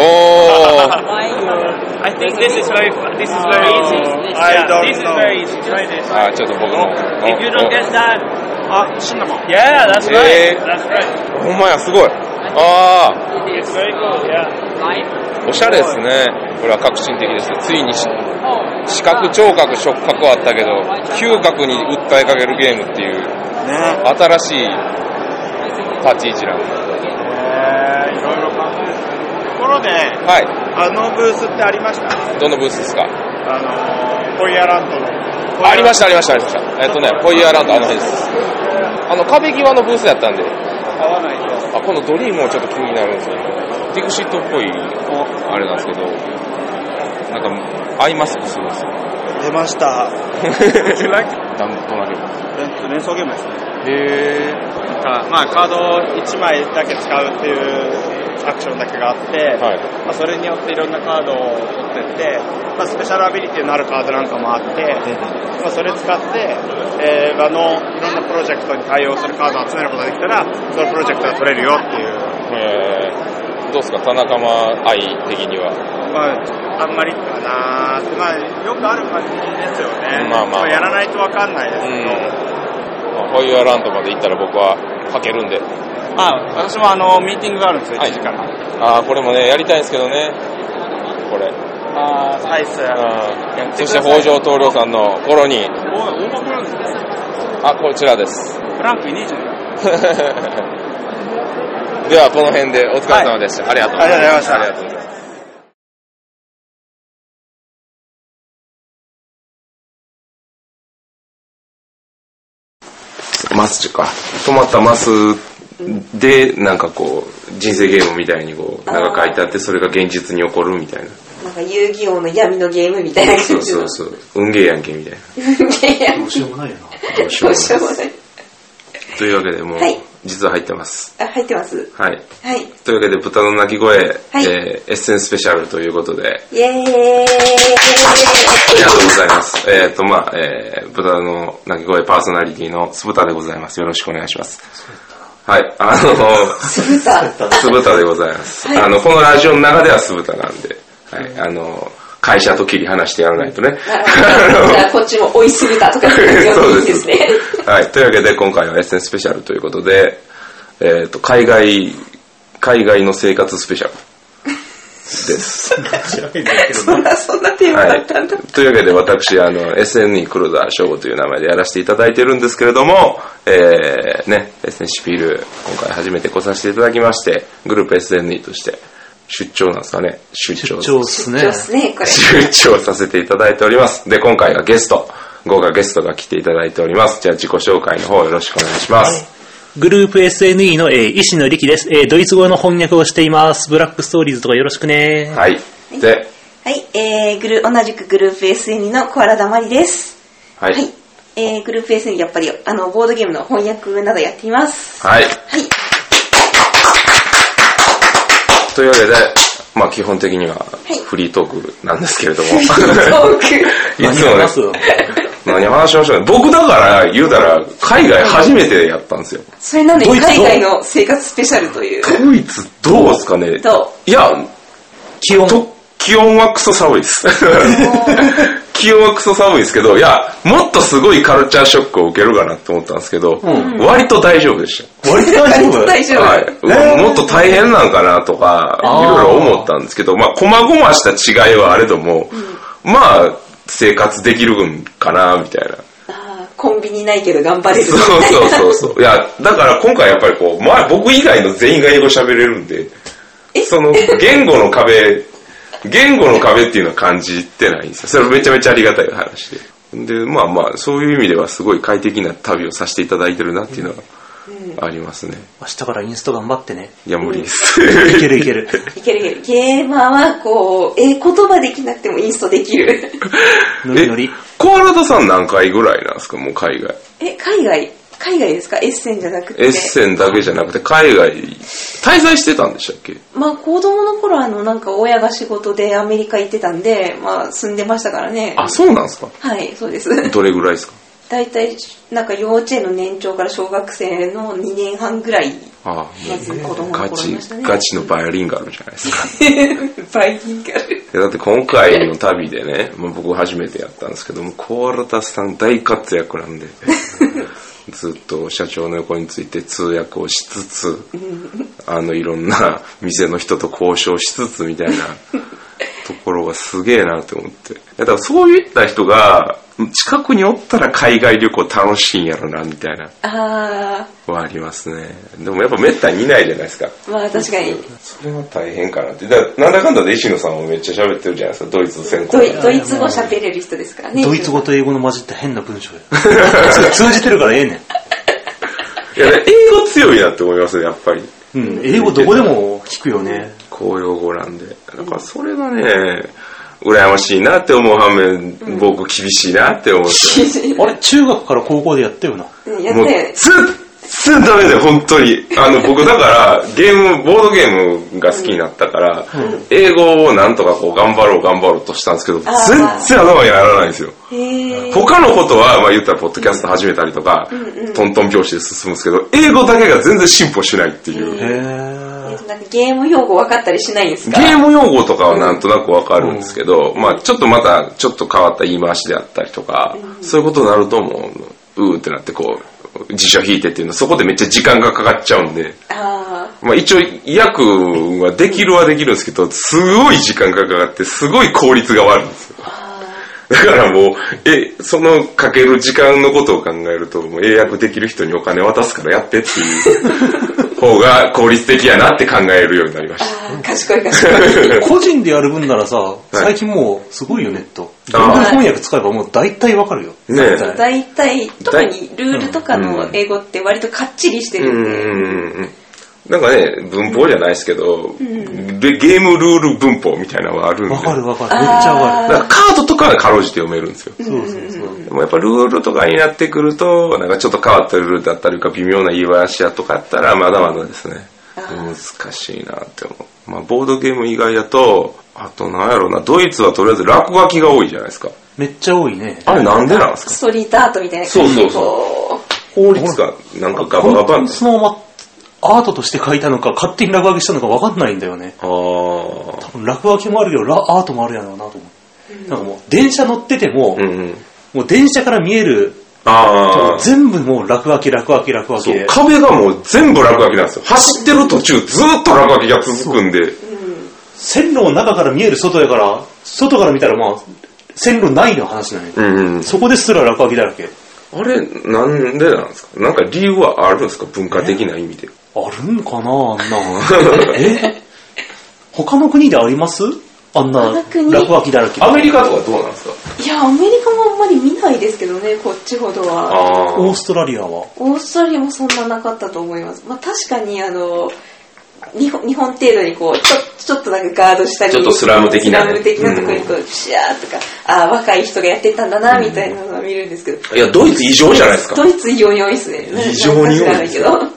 Speaker 4: find your
Speaker 7: I think this is very this is very easy.
Speaker 4: Easy.
Speaker 3: I
Speaker 7: yeah,
Speaker 3: don't
Speaker 7: this is
Speaker 3: know.
Speaker 7: very easy. Try this.
Speaker 5: あ、ちょっと僕の。
Speaker 7: If you don't get that,
Speaker 3: あ、シンナモン。
Speaker 7: yeah, that's
Speaker 5: Yeah.
Speaker 7: right. That's right.
Speaker 5: おほんまや、すごい。あー。
Speaker 7: It's very good. Yeah.
Speaker 4: life.
Speaker 5: おしゃれですね。これは革新的ですね。ついにし
Speaker 4: Oh,
Speaker 5: 視覚、聴覚、触覚はあったけど、嗅覚に訴えかけるゲームっていう、
Speaker 3: ね。
Speaker 5: 新しい立ち位置なんだ。
Speaker 3: えー、いろいろ考えてるところで、
Speaker 5: は
Speaker 3: あのブースってありました
Speaker 5: い。どのブースですか
Speaker 3: あのー、ポイアランドの。
Speaker 5: ありました、ありました、ありました。えっとね、ホイヤーランド、あの辺です。あの、壁際のブースやったんで、
Speaker 3: 合わないと。
Speaker 5: あ、このドリームもちょっと気になるんですよね。ディクシットっぽい、あれなんですけど、なんか、アイマスクするんですよ。
Speaker 3: 出ました。
Speaker 5: ダムとなる。
Speaker 3: 連連想ゲームですね。
Speaker 5: へー。
Speaker 3: かまあ、カードを1枚だけ使うっていうアクションだけがあって、
Speaker 5: はい。
Speaker 3: まあ、それによっていろんなカードを取ってって、まあ、スペシャルアビリティのあるカードなんかもあって、まあ、それ使って、えー場のいろんなプロジェクトに対応するカードを集めることができたら、そのプロジェクトが取れるよっていう。
Speaker 5: えー、どうですか、田中間愛的には。
Speaker 3: まあ、あんまりかなーって、まあ、よくある感じですよね。
Speaker 5: まあまあ
Speaker 3: やらないとわかんないです
Speaker 5: う
Speaker 3: け
Speaker 5: ん
Speaker 3: ど。。
Speaker 5: まあ、ホイヤーランドまで行ったら僕はかけるんで。
Speaker 3: あ、私もあの、ミーティングがあるんですよ、
Speaker 5: はい
Speaker 3: 1時間。
Speaker 5: ああ、これもね、やりたいんですけどね。これ。
Speaker 3: あー、サイス。
Speaker 5: うん。そして北条棟梁さんの頃に、
Speaker 3: お、大幕なんですね。
Speaker 5: あ、こちらです。
Speaker 3: フランクいねえじゃん。
Speaker 5: では、この辺でお疲れ様でした。ありがとうございました。
Speaker 3: ありがとうございました
Speaker 5: うございます。
Speaker 1: マスか。止まったマスで、なんかこう、人生ゲームみたいにこう、なんか書いてあって、それが現実に起こるみたいな。
Speaker 8: なんか遊戯王の闇のゲームみたいな
Speaker 1: そ
Speaker 8: 感
Speaker 1: う
Speaker 8: じ
Speaker 1: そ
Speaker 8: の
Speaker 1: う。そう。運ゲーやんけみたいな。
Speaker 8: いやいや
Speaker 6: どうしようもないよな。
Speaker 1: どうし
Speaker 8: ど
Speaker 1: よう
Speaker 8: う
Speaker 1: も
Speaker 8: しようも
Speaker 1: ない。
Speaker 8: ない。
Speaker 1: というわけで、もう
Speaker 8: はい、
Speaker 1: 実は入ってます。
Speaker 8: あ、入ってます。
Speaker 1: はい。
Speaker 8: はい。
Speaker 1: というわけで、豚の鳴き声、え
Speaker 8: はい
Speaker 1: ーエッセンスペシャルということで、
Speaker 8: イエーイ
Speaker 1: ありがとうございます。えっと、まあ、えー、豚の鳴き声パーソナリティの酢豚でございます。よろしくお願いします。はい。あの、
Speaker 8: 酢豚。
Speaker 1: 酢豚でございます。
Speaker 8: はい
Speaker 1: あの、このラジオの中では酢豚なんで、はい、あの、会社と切り離してやらないとね。
Speaker 8: なるほ ど。じゃあこっちも追いすぎたとか言ってもいいです ね。
Speaker 1: はい。というわけで、今回はエッセンスペシャルということで、えっ、と、海外、海外の生活スペシャルです。
Speaker 8: そんな、 そんなテーマ
Speaker 1: は
Speaker 8: だ
Speaker 1: い
Speaker 8: ったんだ。。
Speaker 1: というわけで、私、あの、SNE 黒田翔吾という名前でやらせていただいてるんですけれども、えー、ね、SNE シピール、今回初めて来させていただきまして、グループ SNE として、出張なんですかね、出張。
Speaker 6: そうですね
Speaker 8: そう。ですね、これ。
Speaker 1: 集中をさせていただいております。で、今回がゲスト、豪華ゲストが来ていただいております。じゃあ自己紹介の方よろしくお願いします。
Speaker 9: グループ SNE の、えー、石野力です、えー。ドイツ語の翻訳をしています。ブラックストーリーズとかよろしくね。
Speaker 1: はい。で、
Speaker 8: はい、えー、グル同じくグループ SN の小原だまりです。
Speaker 1: はい。
Speaker 8: えー、グループ SN やっぱり、あの、ボードゲームの翻訳などやっています。
Speaker 1: はい。
Speaker 8: はい。
Speaker 1: というわけで、まあ基本的にはフリートークなんですけれども。
Speaker 8: トーク。
Speaker 1: いつもね、何話しましょうね。僕だから言うたら、海外初めてやったんですよ。
Speaker 8: それなの
Speaker 9: ドイ
Speaker 8: に、
Speaker 9: ツどう
Speaker 8: 海外の生活スペシャルという。
Speaker 1: ドイツどうですかね
Speaker 8: ど
Speaker 1: いや、
Speaker 9: 気温。
Speaker 1: と気温はクソ寒 いです。気温はクソ寒いですけど、いや、もっとすごいカルチャーショックを受けるかなと思ったんですけど、割と大丈夫でし
Speaker 9: 割と大丈夫
Speaker 8: 大丈
Speaker 1: た。
Speaker 8: 夫。
Speaker 1: はい、うわもっと大変なんかなとか、い
Speaker 9: あー
Speaker 1: ろいろ思ったんですけど、まあ、細々した違いはあれども、まあ、生活できるんかな、みたいな。
Speaker 8: あーコンビニないけど頑張れる。
Speaker 1: そうそうそうそう。いや、だから今回やっぱりこう、まあ僕以外の全員が英語喋れるんで、その言語の壁、言語の壁っていうのは感じてないんですよ。それめちゃめちゃありがたい話で。で、まあまあ、そういう意味ではすごい快適な旅をさせていただいてるなっていうのはありますね。
Speaker 9: 明日からインスト頑張ってね。
Speaker 1: いや、無理です。
Speaker 9: いけるいけ る。
Speaker 8: いけるいける。ゲーマーは、こう、えー、言葉できなくてもインストできる。
Speaker 9: ノリノリ。
Speaker 1: コアラドさん何回ぐらいなんですかもう海外。
Speaker 8: え、海外海外ですかエッセンじゃなくて。
Speaker 1: エッセンだけじゃなくて海外、滞在してたんでしたっけ
Speaker 8: まあ子供の頃あのなんか親が仕事でアメリカ行ってたんで、まあ住んでましたからね。
Speaker 1: あ、そうなんですか
Speaker 8: はい、そうです。
Speaker 1: どれぐらいですか
Speaker 8: 大体なんか幼稚園の年長から小学生の2年半ぐらい、
Speaker 1: あもう
Speaker 8: まず子供の
Speaker 1: ガ
Speaker 8: 頃い
Speaker 1: チ
Speaker 8: ました、ね。
Speaker 1: ガチのバイオリンガルじゃないですか。
Speaker 8: バイキンガル。
Speaker 1: いやだって今回の旅でね、まあ、僕初めてやったんですけども、コアラタスさん大活躍なん で、ずっと社長の横について通訳をしつつ、あのいろんな店の人と交渉しつつみ たいなところがすげえなと思って。いやだからそういった人が近くにおったら海外旅行楽しいんやろなみたいな
Speaker 8: あ
Speaker 1: はありますね。でもやっぱ滅多にいないじゃないですか。
Speaker 8: ー、まあ確かに。
Speaker 1: それは大変かなって。だなんだかんだで石野さんもめっちゃ喋ってるじゃないですか、ドイツ専攻
Speaker 8: ドイドイツ語喋れる人ですからね。
Speaker 9: ドイツ語と英語の混じった変な文章 や。通じてるからええね
Speaker 1: いや、英語強いなって思いますね、やっぱり。
Speaker 9: ん。うん。英語どこでも聞くよね。
Speaker 1: 公用語なんで。だからそれがね、羨ましいなって思う反面、僕厳しいなって 思って。
Speaker 9: あれ、中学から高校でやったよな。
Speaker 8: うんやった
Speaker 1: もう、
Speaker 8: よね。
Speaker 1: つ、つダメだよ、本当に。あの、僕だから、ゲーム、ボードゲームが好きになったから、英語をなんとかこう、頑張ろう、頑張ろうとしたんですけど、全
Speaker 8: ー
Speaker 1: 然頭にやらないんですよ。
Speaker 8: へー
Speaker 1: 他のことは、まあ言ったら、ポッドキャスト始めたりとか、トントン拍子で進むんですけど、英語だけが全然進歩しないっていう。
Speaker 9: へー。
Speaker 8: なんかゲーム用語分かったりしないんですか
Speaker 1: ゲーム用語とかはなんとなくわかるんですけど、まあちょっとまた、ちょっと変わった言い回しであったりとか、そういうことになるともう、うーってなってこう、辞書引いてっていうの、そこでめっちゃ時間がかかっちゃうんで、
Speaker 8: あ
Speaker 1: まあ一応、訳はできるはできるんですけど、すごい時間がかかって、すごい効率が悪いんですよ。だからもう、え、そのかける時間のことを考えると、もう英訳できる人にお金渡すからやってっ ていう方が効率的やなって考えるようになりまし
Speaker 8: ー
Speaker 1: た。
Speaker 8: あー、賢い賢い。
Speaker 9: 個人でやる分ならさ、最近もうすごいよネット。いろんな翻訳使えばもう大体わかるよ。
Speaker 1: ねえ
Speaker 9: 絶対
Speaker 8: 大体、特にルールとかの英語って割とかっちりして
Speaker 1: う
Speaker 8: るんで。
Speaker 1: んうんうんなんかね、文法じゃないですけど、でゲームルール文法みたいなのがあるんで。
Speaker 9: わかる
Speaker 1: だ
Speaker 9: わかる。めっちゃわか
Speaker 1: からカードとかはかろうじて読めるんですよ。
Speaker 9: る。そうそうそう。
Speaker 1: でもやっぱルールとかになってくると、なんかちょっと変わったルールだったりとか、微妙な言い回しやとかやったら、まだまだですね。難しいなって思う。まあ、ボードゲーム以外だと、あとなんやろうな、ドイツはとりあえず落書きが多いじゃないですか。
Speaker 9: めっちゃ多いね。
Speaker 1: あれなんでなんですか
Speaker 8: ストリートアートみたいな感じで
Speaker 1: そうそうそ法律がなんかガバガ
Speaker 9: 本
Speaker 1: バ
Speaker 9: 当
Speaker 1: に
Speaker 9: にそのままアートとして描いたのか、勝手に落書きしたのか分かんないんだよね。
Speaker 1: ああ。
Speaker 9: 落書きもあるけど、ラアートもあるやろうなと思って。
Speaker 10: なんかもう電車乗ってても、もう電車から見える、
Speaker 1: ああ。
Speaker 10: 全部もう落書き、落書き、落書き
Speaker 1: そう
Speaker 10: で。
Speaker 1: 壁がもう全部落書きなんですよ。走ってる途中ずーっと落書きが続くんで。
Speaker 10: 線路の中から見える外やから、外から見たらまあ、線路ないの話なんや。
Speaker 1: うん。
Speaker 10: そこですら落書きだらけ。
Speaker 1: あれ、なんでなんですかなんか理由はあるんですか文化的な意味で。
Speaker 10: あるんかなあん な。え他の国でありますあんな
Speaker 8: 他の国
Speaker 10: 落書きだらけ。
Speaker 1: アメリカとかどうなんですか
Speaker 8: いや、アメリカもあんまり見ないですけどね、こっちほどは。
Speaker 1: あ
Speaker 10: オーストラリアは。
Speaker 8: オーストラリアもそんななかったと思います。まあ確かに、あの、日本日本程度にこうちょちょっとなんかガードしたり
Speaker 1: ちょっとスラム的な
Speaker 8: スラム的なとこにこうシャーとかああ若い人がやってたんだなみたいなのは見るんですけど
Speaker 1: あ。いや、ドイツ異常じゃないですか
Speaker 8: ドイツ異常に多いですね
Speaker 1: 異常に多いですよ
Speaker 8: なんか知らないけど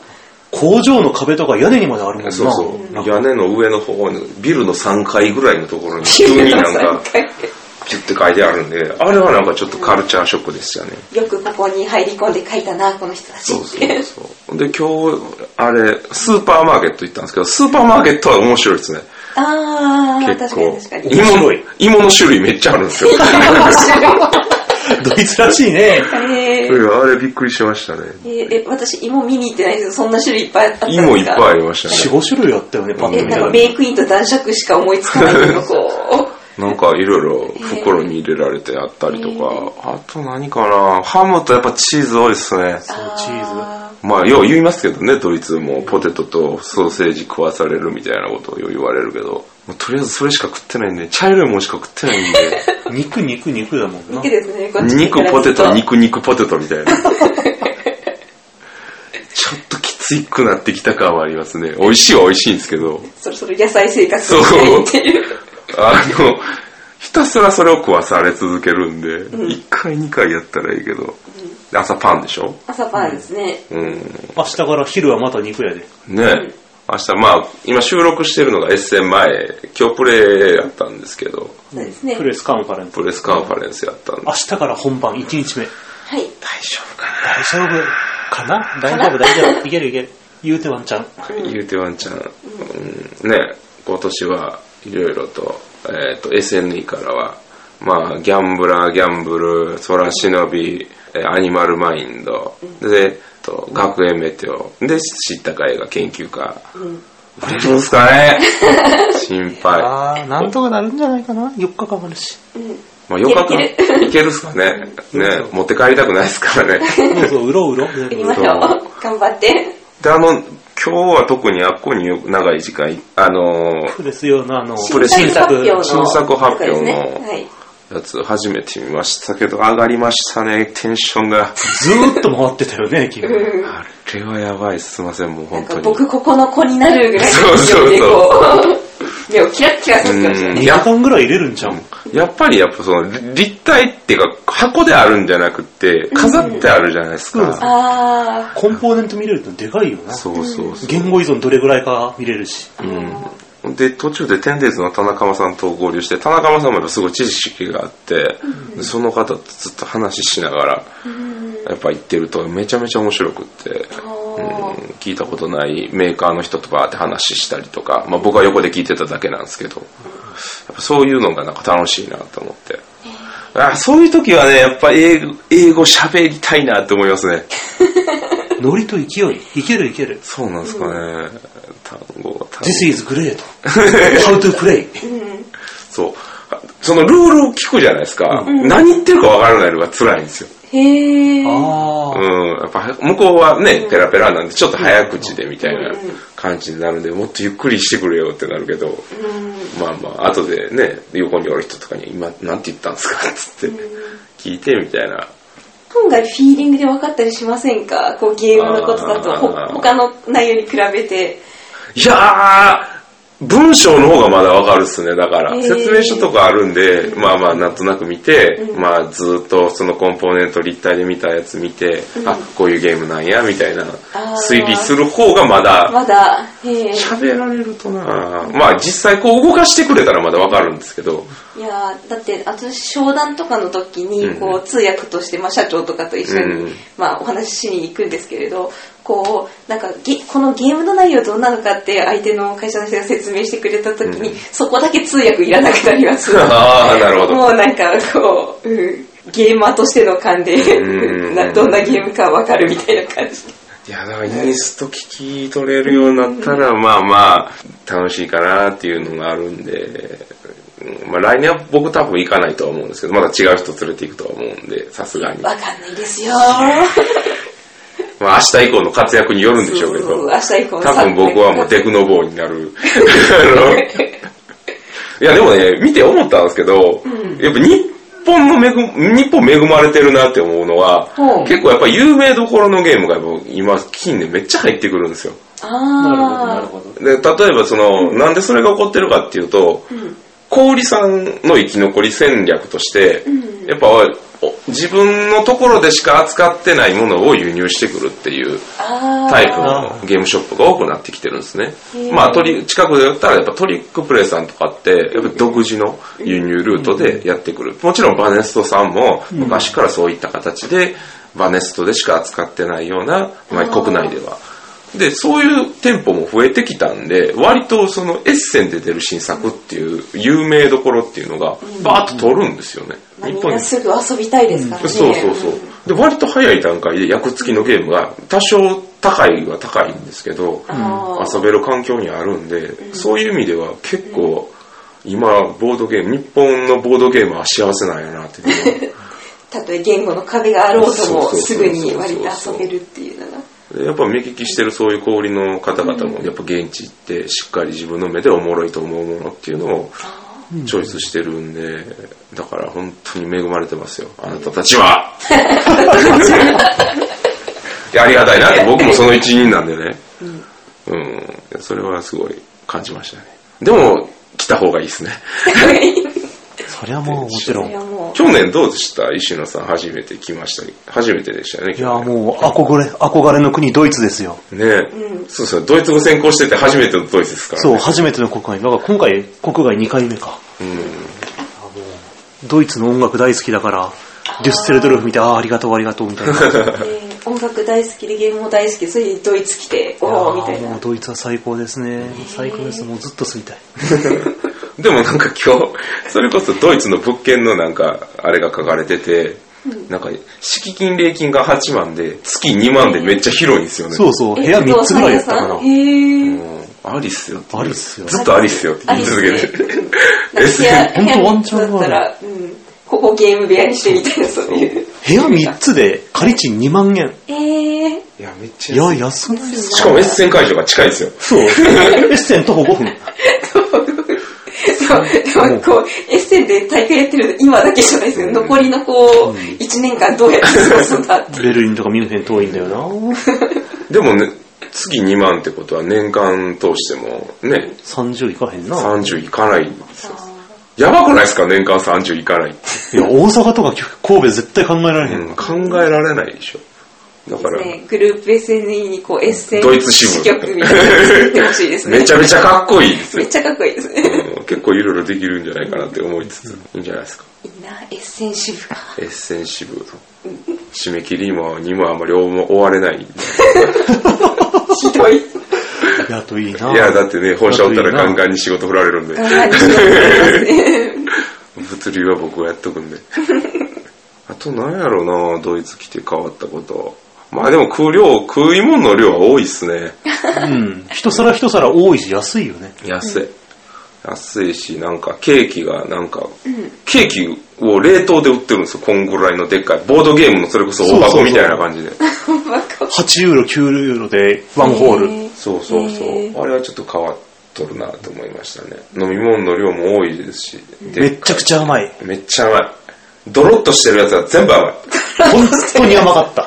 Speaker 10: 工場の壁とか屋根にまであるもんな。
Speaker 1: そうそう。屋根の上の方に、ビルの3階ぐらいのところに急に なんか、ピュって書いてあるんで、あれはなんかちょっとカルチャーショックでしたね。
Speaker 8: よくここに入り込んで書いたなこの人たち
Speaker 1: そうそうそう。で、今日、あれ、スーパーマーケット行ったんですけど、スーパーマーケットは面白いですね。
Speaker 8: ああ
Speaker 1: 結
Speaker 8: 確かに
Speaker 1: 構
Speaker 8: 確か。に
Speaker 1: 芋の、芋の種類めっちゃあるんですよ。
Speaker 10: ドイツらしいね。
Speaker 8: えー
Speaker 1: うんあれびっくりしましたね。
Speaker 8: えーえ私芋見に行ってないけどそんな種類いっぱいあったんですか
Speaker 1: 芋いっぱいありました
Speaker 10: 4、
Speaker 1: ね。
Speaker 10: 5種類あったよね、パッ
Speaker 8: え
Speaker 10: と
Speaker 8: な
Speaker 10: 見た。
Speaker 8: んからメイクインと男爵しか思いつかないけどこ
Speaker 1: なんかいろいろ袋に入れられてあったりとか、あと何かなハムとやっぱチーズ多いですね。
Speaker 10: チー
Speaker 1: まあ、よう言いますけどね、ドイツもポテトとソーセージ食わされるみたいなことをよう言われるけど、もうとりあえずそれしか食ってないんで、茶色いもんしか食ってないん で、
Speaker 10: ズ。肉、肉、肉だもん
Speaker 8: う
Speaker 10: な
Speaker 8: 肉。ですねこっち来てか
Speaker 1: 肉
Speaker 8: ら
Speaker 1: ポテ
Speaker 8: ずっ
Speaker 1: ト、
Speaker 8: と
Speaker 1: 肉肉ポテトみたいな。ちょっときついくなってきた感はありますね。美味しいは美味しいんですけど、
Speaker 8: そろそろ野菜生活をしていってる
Speaker 1: あの、ひたすらそれを食わされ続けるんで、1回2回やったらいいけど、朝パンでしょ
Speaker 8: 朝パンですね
Speaker 1: うん。
Speaker 10: 明日から昼はまた肉やで。
Speaker 1: ね、明日まあ今収録してるのがエッセン前今日プレイやったんですけど
Speaker 8: そうですね
Speaker 10: プレスカンファレンス。
Speaker 1: プレスカンファレンスやったんで
Speaker 10: 明日から本番1日目。
Speaker 8: はい
Speaker 1: 大丈夫か
Speaker 10: 大丈夫かな大丈夫、大丈夫。いけるいける。言うてワンちゃん。
Speaker 1: な、言うてワンちゃん、うん、ね今年はいろいろと,、えー、と SNE からはまあギャンブラーギャンブル空忍びえーアニマルマインドでと学園メテオで知った絵が研究家、売れるんすか ね心配
Speaker 10: ああ、なんとかなるんじゃないかな ?4 日間あるし。
Speaker 1: まあ、よかった。
Speaker 8: い
Speaker 1: いけるっすかね。ね、持って帰りたくないですから ね。
Speaker 10: そうそう、うろ うろ。全
Speaker 8: 行
Speaker 10: 部
Speaker 8: きましょう頑張って
Speaker 1: で、あの、今日は特にあっこによ長い時間、あのー
Speaker 10: プレス用のあの、
Speaker 1: プレス
Speaker 8: 新作発表の
Speaker 1: 新作発表の
Speaker 8: 中ですねはい
Speaker 1: やつ初めて見ましたけど、上がりましたね、テンションが。
Speaker 10: ずーっと回ってたよね、君。
Speaker 1: あれはやばい、すいません、もう
Speaker 8: な
Speaker 1: 本
Speaker 8: ん
Speaker 1: 当
Speaker 8: か
Speaker 1: に。
Speaker 8: 僕ここの子になるぐらいの勢いでこう、 目をキラッキラさせてました
Speaker 1: うん
Speaker 8: ね。
Speaker 10: 2時間ぐらい入れるんじゃん。
Speaker 1: やっぱりやっぱそのり立体っていうか箱であるんじゃなくて飾ってあるじゃないですか、
Speaker 8: あ
Speaker 10: コンポーネント見れるとでかいよな。
Speaker 1: そうそうそう、
Speaker 10: 言語依存どれぐらいか見れる し。
Speaker 1: うん、で途中でテンデイズの田中間さんと合流して田中間さんもやっぱすごい知識があって、その方とずっと話ししながら、やっぱ行ってるとめちゃめちゃ面白くって、うん
Speaker 8: ー
Speaker 1: 聞いたことないメーカーの人とバーって話したりとか、まあ、僕は横で聞いてただけなんですけど、やっぱそういうのがなんか楽しいなと思って。あそういう時はね、やっぱ英語英語喋りたいなって思いますね。
Speaker 10: ノリと勢い。いけるいける。
Speaker 1: そうなんですかね。単語、単語
Speaker 10: This is great. How to play.
Speaker 1: そう。そのルールを聞くじゃないですか。何言ってるか分からないのが辛いんですよ。
Speaker 8: へえ。
Speaker 10: あ
Speaker 1: う
Speaker 10: あ。
Speaker 1: ん。やっぱ向こうはね、ペラペラなんで、ちょっと早口でみたいな感じになるんで、もっとゆっくりしてくれよってなるけど、まあまあ、後でね、横におる人とかに、今、なんて言ったんですかつって、聞いてみたいな。
Speaker 8: 今回フィーリングで分かったりしませんかこうゲームのことだとほ
Speaker 1: あー
Speaker 8: 他の内容に比べて。
Speaker 1: いやー、文章の方がまだわかるっすね。だから、
Speaker 8: えー
Speaker 1: 説明書とかあるんで、まあまあ、なんとなく見て、まあ、ずーっとそのコンポーネント立体で見たやつ見て、あ、こういうゲームなんや、みたいな、
Speaker 8: あー
Speaker 1: 推理する方がまだ、
Speaker 8: まだ、へえ。
Speaker 1: 喋られるとなまあ、実際こう動かしてくれたらまだわかるんですけど、
Speaker 8: いやーだって私商談とかの時にこう通訳として、まあ、社長とかと一緒に、
Speaker 1: うん
Speaker 8: まあ、お話ししに行くんですけれどこうなんかゲこのゲームの内容どんなのかって相手の会社の人が説明してくれた時に、そこだけ通訳いらなくなります
Speaker 1: ああなるほど
Speaker 8: もうなんかこう、うんゲーマーとしての勘で
Speaker 1: うん
Speaker 8: な どんなゲームかわかるみたいな感じ
Speaker 1: いや、だからインスト聞き取れるようになったら、まあまあ、楽しいかなっていうのがあるんで、うんまあ来年は僕多分行かないとは思うんですけど、まだ違う人連れて行くとは思うんで、さすがに。ま
Speaker 8: わかんないですよー
Speaker 1: あ明日以降の活躍によるんでしょうけ
Speaker 8: そう
Speaker 1: ど、
Speaker 8: 明日以降
Speaker 1: 多分僕はもうデクノボーになる。あのいや、でもね、見て思ったんですけど、やっぱ日本の恵む、日本恵まれてるなって思うのは、
Speaker 8: ほう
Speaker 1: 結構やっぱ有名どころのゲームがやっぱ今、近年めっちゃ入ってくるんですよ。
Speaker 8: ああ
Speaker 1: で例えばその、なんでそれが起こってるかっていうと、小売さんの生き残り戦略として、やっぱお自分のところでしか扱ってないものを輸入してくるっていう
Speaker 8: あー
Speaker 1: タイプのゲームショップが多くなってきてるんですね
Speaker 8: へー。
Speaker 1: まあ、トリ近くで言ったらやっぱトリックプレイさんとかってやっぱ独自の輸入ルートでやってくる。もちろんバネストさんも昔からそういった形でバネストでしか扱ってないような、まあ、国内では。で、そういう店舗も増えてきたんで、割とそのエッセンで出る新作っていう有名どころっていうのがバーッと取るんですよね。
Speaker 8: まあみんなすぐ遊びたいですからね、
Speaker 1: そうそうそう。で、割と早い段階で役付きのゲームが多少高いは高いんですけど、
Speaker 8: あー
Speaker 1: 遊べる環境にあるんで、そういう意味では結構、今、ボードゲーム、日本のボードゲームは幸せなんやなっていう
Speaker 8: たとえ言語の壁があろうと
Speaker 1: そうそう
Speaker 8: も
Speaker 1: そう
Speaker 8: すぐに割と遊べるっていうの
Speaker 1: の
Speaker 8: が
Speaker 1: はやっぱ目利きしてるそういう氷の方々も、やっぱ現地行って、しっかり自分の目でおもろいと思うものっていうのを、チョイスしてるんで、だから本当に恵まれてますよ。あなたたちは いやありがたいなって、 僕もその一員なんでね。うん。それはすごい感じましたね。でも、来た方がいい ですね。
Speaker 10: それはもうもちろん。い
Speaker 1: 去年どうでした石野さん初めて来ました。初めてでしたよね。
Speaker 10: や、もう憧れ、憧れの国ドイツですよ。
Speaker 1: ねそうそう、ドイツ語専攻してて初めてのドイツですから、
Speaker 10: そう、初めての国外。だから今回、国外2回目か。
Speaker 1: う。
Speaker 10: ドイツの音楽大好きだから、デュッセルドルフ見て、ああ、ありがとう、ありがとう、みたい な。
Speaker 8: 音楽大好きでゲームも大好きそれでドイツ来ておおみたいな
Speaker 10: もうドイツは最高ですね。最高です。もうずっと住みたい。
Speaker 1: ん。でもなんか今日、それこそドイツの物件のなんか、あれが書かれてて、なんか、敷金、礼金が8万で、月2万でめっちゃ広いんですよね。
Speaker 10: そうそう、部屋3つぐらいやったかな。
Speaker 8: へー
Speaker 1: ありっすよって。
Speaker 10: ありっすよ。
Speaker 1: ずっとありっすよって言い続けてる。
Speaker 8: 部屋3つだったら、うん、ここゲーム部屋にしてみたいなそういう
Speaker 10: 部屋3つで、仮賃2万円。
Speaker 8: えー、
Speaker 1: いや、めっち
Speaker 10: いや、安い。
Speaker 1: しかもエッセン会場が近いんですよ。
Speaker 10: そう。エッセン徒歩5分。
Speaker 8: そうでもこうエッセンで大会やってるの今だけじゃないですけど残りのこう1年間どうやって過ごすんだって
Speaker 10: ベルリンとかミュンヘン遠いんだよな。
Speaker 1: でもね、月2万ってことは年間通してもね、
Speaker 10: 30いかへんな。
Speaker 1: 30いかないんですよ。やばくないですか年間30いかないって。
Speaker 10: いや、大阪とか神戸絶対考えられへん。
Speaker 1: うん考えられないでしょ。だから、
Speaker 8: ねグループ SNE にこうエッセン
Speaker 1: ドイツ支部
Speaker 8: 支局みたいなの作ってほしいです ね
Speaker 1: めちゃめちゃかっこいいです
Speaker 8: め
Speaker 1: よ
Speaker 8: っ。ちゃかっこいいですね
Speaker 1: うん結構いろいろできるんじゃないかなって思いつつ、いいんじゃないですか。
Speaker 8: いいなエッセン支部か
Speaker 1: エッセンシブ。締め切りもにもあんまり追われない。い
Speaker 8: ひどい
Speaker 10: やっといいな。
Speaker 1: や、だってね、本社おったらガンガンに仕事振られるんで。物流は僕がやっとくんで。 あとなんやろうなドイツ来て変わったこと。まあでも食う量、食い物の量は多いっすね。
Speaker 10: うん。一皿一皿多いし安いよね。
Speaker 1: 安い。安いし、なんかケーキが、なんか、ケーキを冷凍で売ってるんですよ。こんぐらいのでっかい。ボードゲームのそれこそ大箱みたいな感じで。
Speaker 10: 8ユーロ、9ユーロでワンホール。
Speaker 1: そうそうそう。あれはちょっと変わっとるなと思いましたね。飲み物の量も多いですし。
Speaker 10: め
Speaker 1: で
Speaker 10: っちゃくちゃ 甘い。
Speaker 1: めっちゃ甘い。ドロッとしてるやつは全部甘い。
Speaker 10: 本当に甘かった。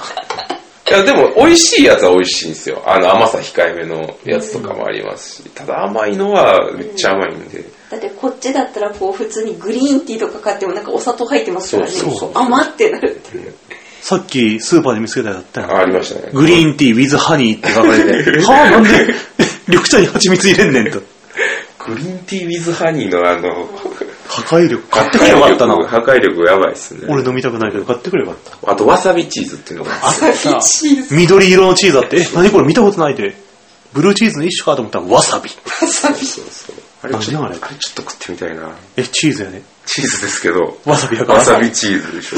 Speaker 1: いや、でも、美味しいやつは美味しいんですよ。あの、甘さ控えめのやつとかもありますし。ただ甘いのは、めっちゃ甘いんで。
Speaker 8: だってこっちだったらこう普通にグリーンティーとか買ってもなんかお砂糖入ってますからね
Speaker 1: そうそうそう
Speaker 8: 甘ってなるっていう
Speaker 10: さっきスーパーで見つけたやつあったやん
Speaker 1: あありましたね。
Speaker 10: グリーンティー with ハニーって書かれ て、はぁ、なんで、 緑茶に蜂蜜入れんねんと。
Speaker 1: グリーンティーウィズハニーのあの、
Speaker 10: 破壊力。買ってくればよかったな。
Speaker 1: 破壊力やばいっすね。
Speaker 10: 俺飲みたくないけど買ってくればよかっ
Speaker 1: あと、わさびチーズっていうのがあ
Speaker 10: た。緑色のチーズあって、え、何これ見たことないで。ブルーチーズの一種かと思ったらわさび。
Speaker 1: そうそうそう。あれちょっ
Speaker 10: 何あれ
Speaker 1: とあれちょっと食ってみたいな。
Speaker 10: え、チーズやね。
Speaker 1: チーズですけど。
Speaker 10: わさびやから
Speaker 1: わさびチーズで しょ。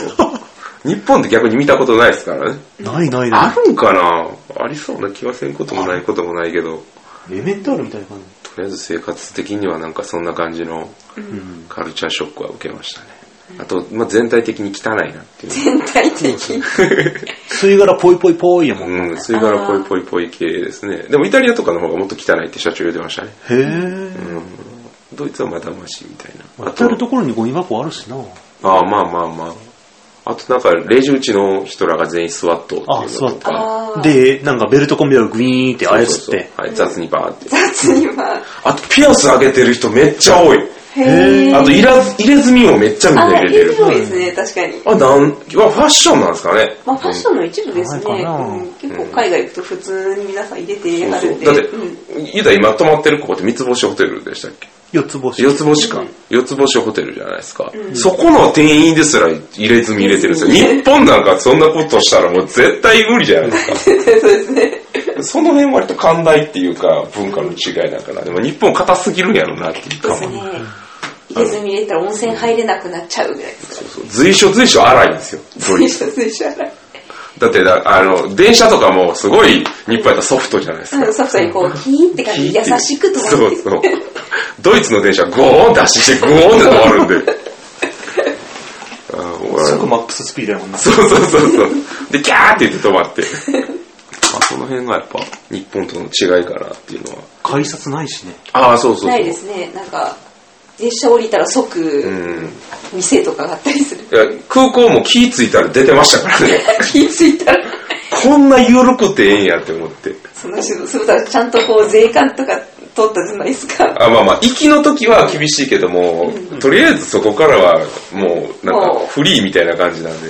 Speaker 1: 日本で逆に見たことないですからね。
Speaker 10: ないない
Speaker 1: あ
Speaker 10: な
Speaker 1: るんかなありそうな気はせんこともないこともないけど。
Speaker 10: い。メメンタルみたいな感
Speaker 1: とりあえず生活的にはなんかそんな感じの
Speaker 10: じ。うん。
Speaker 1: カルチャーショックは受けましたね。あと、まあ、全体的に汚いなっていう。
Speaker 8: 全体的。
Speaker 10: 吸い殻ぽいぽいぽいやもん。へ
Speaker 1: うん、吸い殻ぽいぽいぽい系ですね。でもイタリアとかの方がもっと汚いって社長言ってましたね。
Speaker 10: え。
Speaker 1: うん。ドイツはまだマシみたいな。あと
Speaker 10: 至るところにゴミ箱あるしな。
Speaker 1: ああ、まあまあまあ。あとなんか、レジ打ちの人らが全員スワットっていう
Speaker 10: あ、
Speaker 1: の
Speaker 10: 座
Speaker 1: と
Speaker 10: っ
Speaker 1: か。
Speaker 10: た。で、なんかベルトコンベヤーグイーンって
Speaker 1: そう
Speaker 10: 操っ
Speaker 1: そう
Speaker 10: て。
Speaker 1: そうはい、雑にバーって。
Speaker 8: 雑には。
Speaker 1: あと、ピアス上げてる人めっちゃ多い。
Speaker 8: へ
Speaker 1: あと、いらず入れ墨もめっちゃみんな
Speaker 8: あ、
Speaker 1: 入れてる。
Speaker 8: 広いですね、確かに。
Speaker 1: あ、なん、はファッションなんですかね。
Speaker 8: まあ、ファッションの一部ですね。
Speaker 10: ないかな
Speaker 8: うん結構海外行くと普通に皆さん入れてあるんで。
Speaker 1: そうそうだって
Speaker 8: うん
Speaker 1: ゆうた今泊まってるここって三つ星ホテルでしたっけ
Speaker 10: 四つ星。
Speaker 1: 四つ星か。四つ星ホテルじゃないですか。
Speaker 8: うん
Speaker 1: そこの店員ですら入れ墨入れてるんですよ。日本なんかそんなことしたらもう絶対無理じゃないですか。そうですね。その辺割と寛大っていうか文化の違いだから。でも日本硬すぎるんやろなっていう
Speaker 8: で
Speaker 1: か。
Speaker 8: すね。入れ墨入れたら温泉入れなくなっちゃうぐらいですか
Speaker 1: 随所随所荒いんですよ。ド
Speaker 8: ら。
Speaker 1: イ
Speaker 8: 一
Speaker 1: ツ
Speaker 8: 緒一緒洗い。
Speaker 1: だってだ、あの、電車とかもすごい日本やったらソフトじゃないですか。
Speaker 8: うん、サフさんにこう、キーンって感じで優しくと
Speaker 1: そうそう。ドイツの電車ゴーン出してゴーンって止まるんで。あもうあ
Speaker 10: す
Speaker 1: の
Speaker 10: ぐマックススピードやもんな。
Speaker 1: そうそうそうそう。で、キャーって言って止まって。 まあ、その辺がやっぱ日本との違いかなっていうのは。
Speaker 10: 改札ないしね。
Speaker 1: ああ、そうそうそう。
Speaker 8: ないですね。なんか、電車降りたら
Speaker 1: う
Speaker 8: 即、
Speaker 1: ん。
Speaker 8: 店とかがあったりする。
Speaker 1: いや、空港も気ぃついたら出てましたから ね。
Speaker 8: 気づいたら、
Speaker 1: こんな緩くてええんやって思って。
Speaker 8: その人、すぐさ、ちゃんとこう、税関とか取ったじゃないですか。
Speaker 1: あまあまあ、行きの時は厳しいけども、とりあえずそこからはもう、なんかフリーみたいな感じなんで。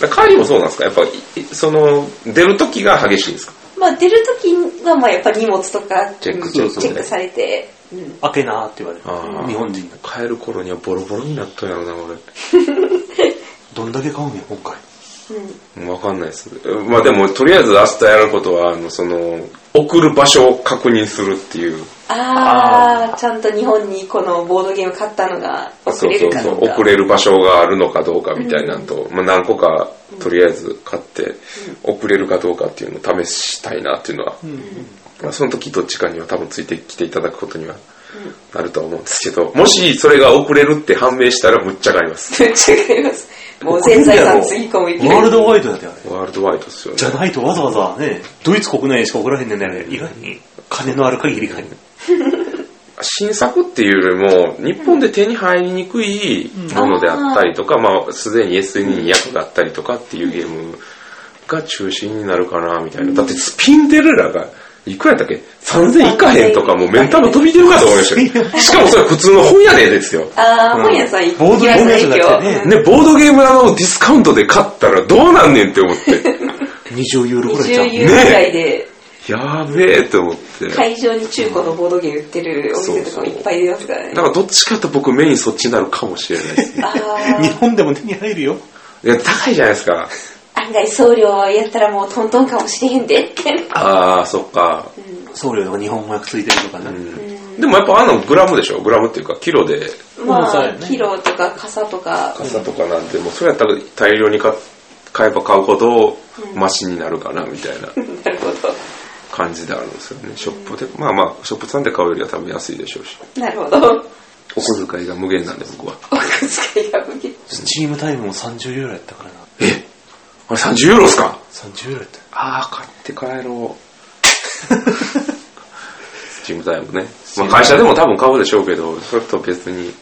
Speaker 1: だから帰りもそうなんですかやっぱ、いその、出る時が激しいんですか
Speaker 8: まあ、出るときは、まあ、やっぱ荷物とか、
Speaker 1: チェック
Speaker 8: うん
Speaker 1: そうそう
Speaker 8: チェックされて、うん
Speaker 10: 開けなーって言われる。
Speaker 1: ああ
Speaker 10: 日本人が。
Speaker 1: 帰る頃にはボロボロになったんやろな、俺。
Speaker 10: どんだけ買うんや、今回。
Speaker 1: わかんないです。まあでも、とりあえず明日やることは、あの、その、送る場所を確認するっていう。
Speaker 8: あー、ちゃんと日本にこのボードゲーム買ったのが送れるかどうか。
Speaker 1: 遅れる場所があるのかどうかみたいなんと、まあ何個か、とりあえず買って、遅れるかどうかっていうのを試したいなっていうのは、まあその時どっちかには多分ついてきていただくことにはなるとは思うんですけど、もしそれが遅れるって判明したらむっちゃ買います。
Speaker 8: 違います。もう全財産つぎ込む勢い
Speaker 10: ワールドワイドだってあれ。
Speaker 1: ワールドワイドですよね
Speaker 10: じ。ゃないとわざわざね、ドイツ国内しか送らへんねんね、あれ。意外に。金のある限りかに。
Speaker 1: 新作っていうよりも、日本で手に入りにくいものであったりとか、まあ、すでに SNE に役があったりとかっていうゲームが中心になるかな、みたいな。だって、スピンデレラが、いくらやったっけ ?3000 いかへんとか、もう目ん玉飛び出るかと思いましたよ。しかもそれ普通の本屋でですよ。ね、
Speaker 8: あー、
Speaker 10: うん
Speaker 8: 本屋さん行き
Speaker 10: ボードゲー
Speaker 8: ます
Speaker 10: ム
Speaker 8: ね、
Speaker 10: じゃな
Speaker 8: 今
Speaker 10: くてね
Speaker 8: 日。
Speaker 1: ボードゲーム屋のディスカウントで買ったらどうなんねんって思って。
Speaker 10: 20ユーロぐらいじゃ
Speaker 8: 20
Speaker 10: ん。
Speaker 8: ユーロぐらいで、
Speaker 1: やべえって思って。
Speaker 8: 会場に中古のボードゲーム売ってるお店とかもいっぱい出ますからね
Speaker 1: だ。からどっちかと僕メインそっちになるかもしれないですね。
Speaker 8: あー
Speaker 10: 日本でも手に入るよ。
Speaker 1: いや、高いじゃないですか。
Speaker 8: 案外送料やったらもうトントンかもしれへ んでって。
Speaker 1: ああ、そっか。
Speaker 10: 送料とか日本語訳ついてるとかね。
Speaker 1: でもやっぱあんなのグラムでしょグラムっていうかキロで
Speaker 8: ま
Speaker 10: そうだ
Speaker 8: あ
Speaker 10: よ、ね
Speaker 8: キロとか傘とか、
Speaker 1: 傘とかなんて、もうそれやったら大量に買買えば買うほどマシになるかなみたいな
Speaker 8: なるほ
Speaker 1: 感じであるんですよね。ショップで、まあまあ、ショップさんで買うよりは多分安いでしょうし。
Speaker 8: ど。なるほど。
Speaker 1: お小遣いが無限なんで僕は。
Speaker 8: お小遣いが無限。
Speaker 10: スチームタイムも30ユーロやったからな。
Speaker 1: あれ30ユーロっすか
Speaker 10: 30ユーロやった。
Speaker 1: ああ、買って帰ろう。スチームタイムね。まあ会社でも多分買うでしょうけど、それと別に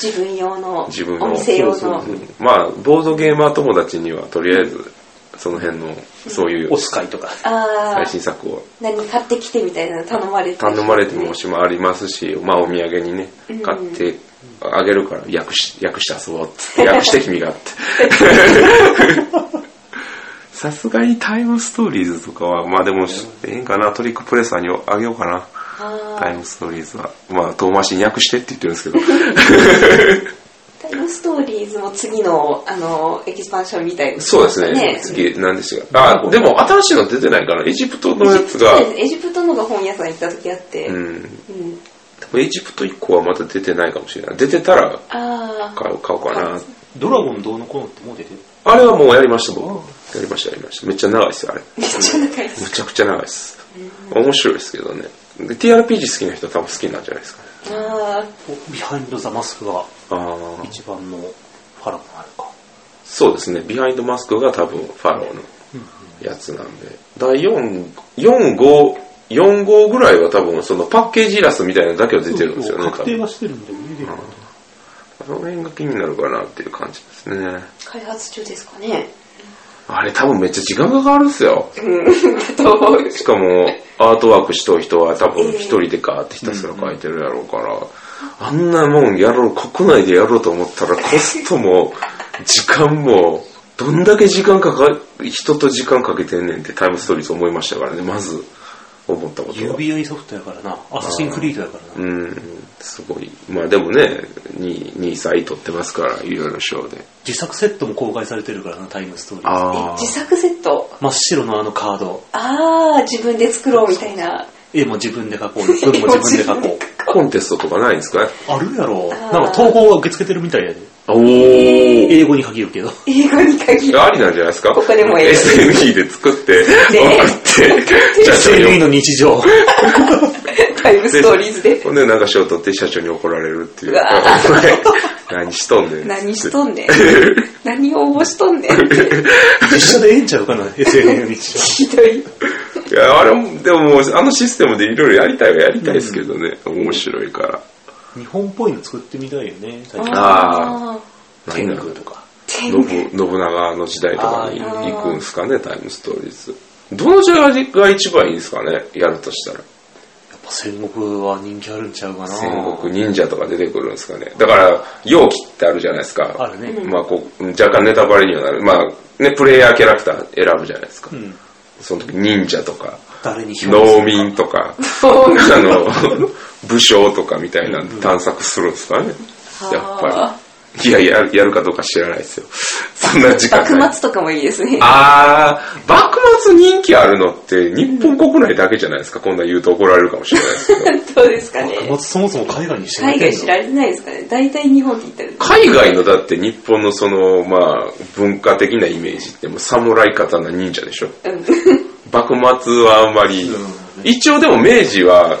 Speaker 8: 自分用の、
Speaker 1: 自分の。
Speaker 8: お店用
Speaker 1: そう
Speaker 8: の
Speaker 1: そう。そうまあ、ボードゲーマー友達にはとりあえず、その辺の、そういう
Speaker 10: オス会とか。
Speaker 8: あ
Speaker 1: 最
Speaker 8: ー
Speaker 1: 新作を
Speaker 8: 何買ってきてみたいなの頼まれて。
Speaker 1: 頼まれてもしもありますし、まあお土産にね
Speaker 8: うん、
Speaker 1: 買ってあげるから、訳し、訳して遊ぼうっつって、訳して君が って。さすがにタイムストーリーズとかは、まあでも、ええんかな、トリックプレッサーにあげようかな。タイムストーリーズは。まあ、遠回しに訳してって言ってるんです けど。
Speaker 8: タイムストーリーズも次の、あの、エキスパンションみたいな、
Speaker 1: そうですね。次、何でしたか。あ、でも新しいの出てないから、エジプトのやつが
Speaker 8: そ、うですエジプトのが本屋さん行った時あって。
Speaker 1: うん。
Speaker 8: うん。
Speaker 1: 多分エジプト以降はまだ出てないかもしれない。出てたら
Speaker 8: あ
Speaker 1: 買う買おうかな。
Speaker 10: ドラゴンどうのこうのってもう出てる
Speaker 1: あれはもうやりましたもん。やりました、やりました。めっちゃ長いですよ、あれ。
Speaker 8: めっちゃ長いです
Speaker 1: むちゃくちゃ長いです。面白いですけどね。で、TRPG 好きな人は多分好きなんじゃないですかね。
Speaker 8: あ
Speaker 10: ビハインド・ザ・マスクが
Speaker 1: ああ。
Speaker 10: 一番のファラコンあるか。
Speaker 1: そうですね。ビハインドマスクが多分ファローのやつなんで。第4、4、5、4号ぐらいは多分そのパッケージイラストみたいなのだけは出てるんですよね。
Speaker 10: 確定はしてるんで、売りで。
Speaker 1: 多分あの辺が気になるかなっていう感じですね。
Speaker 8: ー開発中ですかね。
Speaker 1: あれ多分めっちゃ時間がかかるんですよ。 しかも、アートワークしとう人は多分一人でガーってひたすら書いてるやろうから、あんなもんやろう、国内でやろうと思ったらコストも、時間も、どんだけ時間かか、人と時間かけてんねんってタイムストーリーズ思いましたからね、まず思ったことは。
Speaker 10: UBI ソフトやからな。アサシンクリードやからな。
Speaker 1: うん、すごい。まあでもね、2、2歳取ってますから、いろいろ賞で。
Speaker 10: 自作セットも公開されてるからな、タイムストーリー。
Speaker 1: あ
Speaker 8: 自作セット。
Speaker 10: 真っ白のあのカード。
Speaker 8: ああ、自分で作ろうみた いな。
Speaker 10: 絵も自分で描 こう。文も自分で描こう。
Speaker 1: コンテストとかないんですか
Speaker 10: あるやろ。なんか統合は受け付けてるみたいやで。
Speaker 1: おー。
Speaker 10: 英語に限るけど。
Speaker 8: 英語に限る。
Speaker 1: ありなんじゃないですか
Speaker 8: ここでもええ
Speaker 1: SNE で作って、
Speaker 8: で
Speaker 1: 送って、社長に
Speaker 10: SNE の日 常。
Speaker 8: タイムストーリー ズで。
Speaker 1: ほんでなんか賞取って社長に怒られるっていう。
Speaker 8: うわ
Speaker 1: お前 何しとんねん。
Speaker 8: 何しとんねん。何応募しと んねん。
Speaker 10: 実写でええんちゃうか な、SNE の日常。
Speaker 8: ひどい。
Speaker 1: いや、あれも、でももうあのシステムでいろいろやりたいはやりたいですけどね。面白いから。
Speaker 10: 日本っぽいの作ってみたいよね、最近。
Speaker 1: あ
Speaker 8: あ
Speaker 1: 何
Speaker 10: 天
Speaker 1: な
Speaker 10: 狗
Speaker 1: の
Speaker 10: とか。
Speaker 8: 天
Speaker 1: 信
Speaker 8: 狗。
Speaker 1: 信長の時代とかに
Speaker 10: あ
Speaker 8: ー
Speaker 1: 行くんすかね、タイムストーリーズ。どの時代が一番いいんですかね、やるとしたら。
Speaker 10: やっぱ戦国は人気あるんちゃうかな。
Speaker 1: 戦国忍者とか出てくるんですかね。だから、容器ってあるじゃないですか。
Speaker 10: あるね。
Speaker 1: まあこう、若干ネタバレにはなる。まあ、ね、プレイヤーキャラクター選ぶじゃないですか。
Speaker 10: うん。
Speaker 1: その時、忍者とか、
Speaker 10: 誰に評価す
Speaker 1: 農
Speaker 10: る
Speaker 1: 民とか、あの、武将とかみたいな探索するんですかね。やっぱり。いや、やるやるかどうか知らないですよ。そんな時間ない
Speaker 8: 幕。末とかもいいですね。
Speaker 1: あー、幕末人気あるのって日本国内だけじゃないですか。こんな言うと怒られるかもしれないですけど。
Speaker 8: どうですかね。
Speaker 10: まずそもそも海外に知られ
Speaker 8: 海
Speaker 10: て
Speaker 8: 外
Speaker 10: ん
Speaker 8: 知
Speaker 10: の
Speaker 8: られてないですかね。大体日本って言ったら。
Speaker 1: 海外のだって日本のその、まあ、文化的なイメージってもう侍刀忍者でしょ。
Speaker 8: うん。
Speaker 1: 幕末はあんまり、一応でも明治は、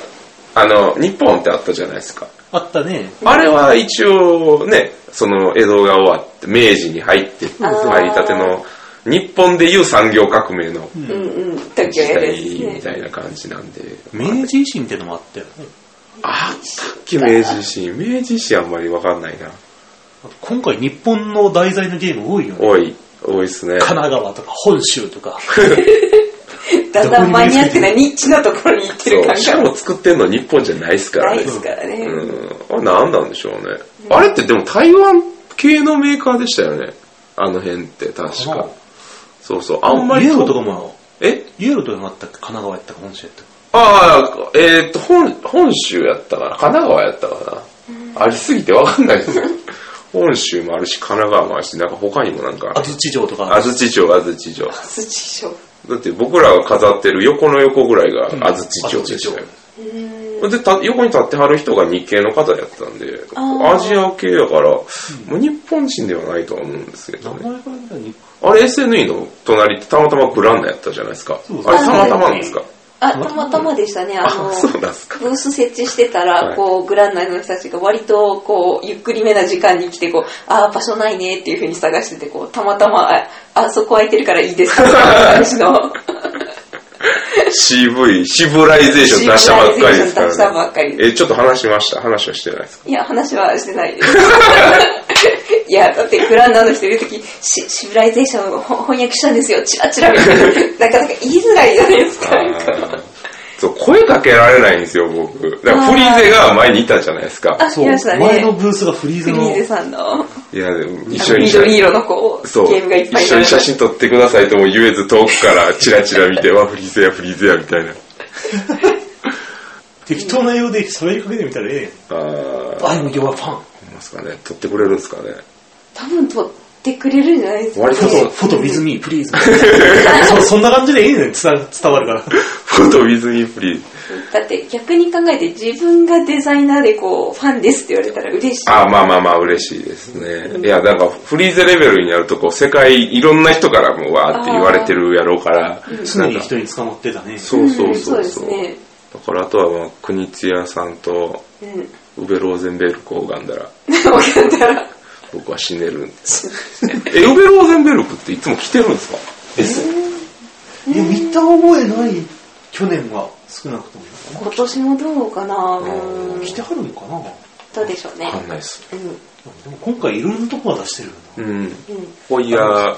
Speaker 1: あの、日本ってあったじゃないですか。
Speaker 10: あったね。
Speaker 1: あれは一応ね、その江戸が終わって、明治に入って、入りたての、日本でいう産業革命の
Speaker 8: うんうん。東京
Speaker 1: 時
Speaker 8: や
Speaker 1: 代
Speaker 8: るやつです
Speaker 1: み
Speaker 8: ね。
Speaker 1: たいな感じなんで。
Speaker 10: 明治維新ってのもあったよね。
Speaker 1: あったっけ、明治維新。明治維新あんまりわかんないな。
Speaker 10: あと今回日本の題材のゲーム多いよね。
Speaker 1: 多い、多いっすね。
Speaker 10: 神奈川とか本州とか。
Speaker 8: だんだんマニアックなニッチなところに行ってる
Speaker 1: そう、しか
Speaker 8: 感が
Speaker 1: も作ってんの日本じゃないですから
Speaker 8: ない
Speaker 1: ね
Speaker 8: で。すからね。
Speaker 1: うん。あれなんなんでしょうね。あれってでも台湾系のメーカーでしたよね。あの辺って確
Speaker 10: あ
Speaker 1: か
Speaker 10: あ。
Speaker 1: そうそう。あんまり。
Speaker 10: イエローとかも、
Speaker 1: え
Speaker 10: イエローとかもあったっけ神奈川やったか本州やったか。
Speaker 1: ああ、えーっと、本、本州やったかな。神奈川やったかな。ありすぎてわかんないですよ。本州もあるし、神奈川もあるし、なんか他にもなんか、
Speaker 10: 安土城とか。
Speaker 1: 安土城、安土城。
Speaker 8: 土書。う
Speaker 1: だって僕らが飾ってる横の横ぐらいが安土城でしたよ。
Speaker 8: ーん。
Speaker 1: で、た横に立ってはる人が日系の方やったんで、
Speaker 8: あー
Speaker 1: アジア系やから、もう日本人ではないとは思うんですけ
Speaker 10: 名
Speaker 1: ど
Speaker 10: 前
Speaker 1: ね。
Speaker 10: が何
Speaker 1: あれ SNE の隣ってたまたまグランナやったじゃないですか。
Speaker 10: そうそ
Speaker 1: あ
Speaker 10: う
Speaker 1: れたまたまなんですか
Speaker 8: あ、たまたまでしたね。あ
Speaker 1: あ、
Speaker 8: の、
Speaker 1: そうなんですか。
Speaker 8: ブース設置してた
Speaker 1: は
Speaker 8: ら、
Speaker 1: い
Speaker 8: こう、グランナイの人たちが割と、こう、ゆっくりめな時間に来て、こう、あー場所ないねっていう風に探してて、こう、たまたま、あ、あそこ空いてるからいい ですかって感じの、
Speaker 1: CV、シブライゼーション出したばっかりですか
Speaker 8: 出した
Speaker 1: らね。
Speaker 8: ばっかりで
Speaker 1: え、ちょっと話しました。話はしてないですか
Speaker 8: す。いや、話はしてない です。いや、だってグランナの人いるとき、シシビライゼーションを翻翻訳したんですよ、チラチラみたいな。なかなか言いづらいじゃないですか。 なんか
Speaker 1: そう、声かけられないんですよ、僕。だからフリーゼが前にいたじゃないですか。
Speaker 8: あ、いました
Speaker 10: 前の
Speaker 8: ね。
Speaker 10: ブースがフリー
Speaker 8: フ
Speaker 10: ズ
Speaker 8: リ
Speaker 10: の
Speaker 8: ー。ゼさんの。
Speaker 1: いや、でも一緒に
Speaker 8: 緑色のこう
Speaker 1: そう。
Speaker 8: ゲームがいっぱい
Speaker 1: 一緒に写真撮ってくださいとも 言えず遠くからチラチラ見て、わ、フリーゼやフリーゼやみたいな。
Speaker 10: 適当なようで喋りかけてみたらえ
Speaker 1: あ
Speaker 10: えやん。I'm your fan.
Speaker 1: ますかね取ってくれるんですかね
Speaker 8: 多分撮ってくれるんじゃないですか、
Speaker 1: 割とそう
Speaker 10: フォト with me, please. そそんな感じでいいね伝伝わるから。
Speaker 1: フォトウィズミプリ
Speaker 8: だって逆に考えて自分がデザイナーでこう、ファンですって言われたら嬉しい。
Speaker 1: あーまあまあまあ嬉しいですね、いやなんかフリーゼレベルになるとこう世界いろんな人からもうわーって言われてるやろうから
Speaker 8: うん
Speaker 10: 常に
Speaker 1: なんか
Speaker 10: 人に捕まってたね。
Speaker 1: そうそうそ
Speaker 8: そう
Speaker 1: う
Speaker 8: で
Speaker 1: そ
Speaker 8: す
Speaker 1: う
Speaker 8: ね。
Speaker 1: だからあとはまあ国津屋さんと
Speaker 8: うん。
Speaker 1: ウベローゼンベルクを拝んだら
Speaker 8: 拝んだら
Speaker 1: 僕は死ねるんで えウベローゼンベルクっていつも来てるんですか
Speaker 10: いや、見た覚えない、去年は少なくとも。
Speaker 8: 今年もどうかなうん。
Speaker 10: 来てはるのかな
Speaker 8: どうでしょうね。
Speaker 1: わかんないっす
Speaker 8: うん。
Speaker 10: でも今回いろんなとこは出してるよ
Speaker 1: うん
Speaker 8: うん。
Speaker 1: ホイヤー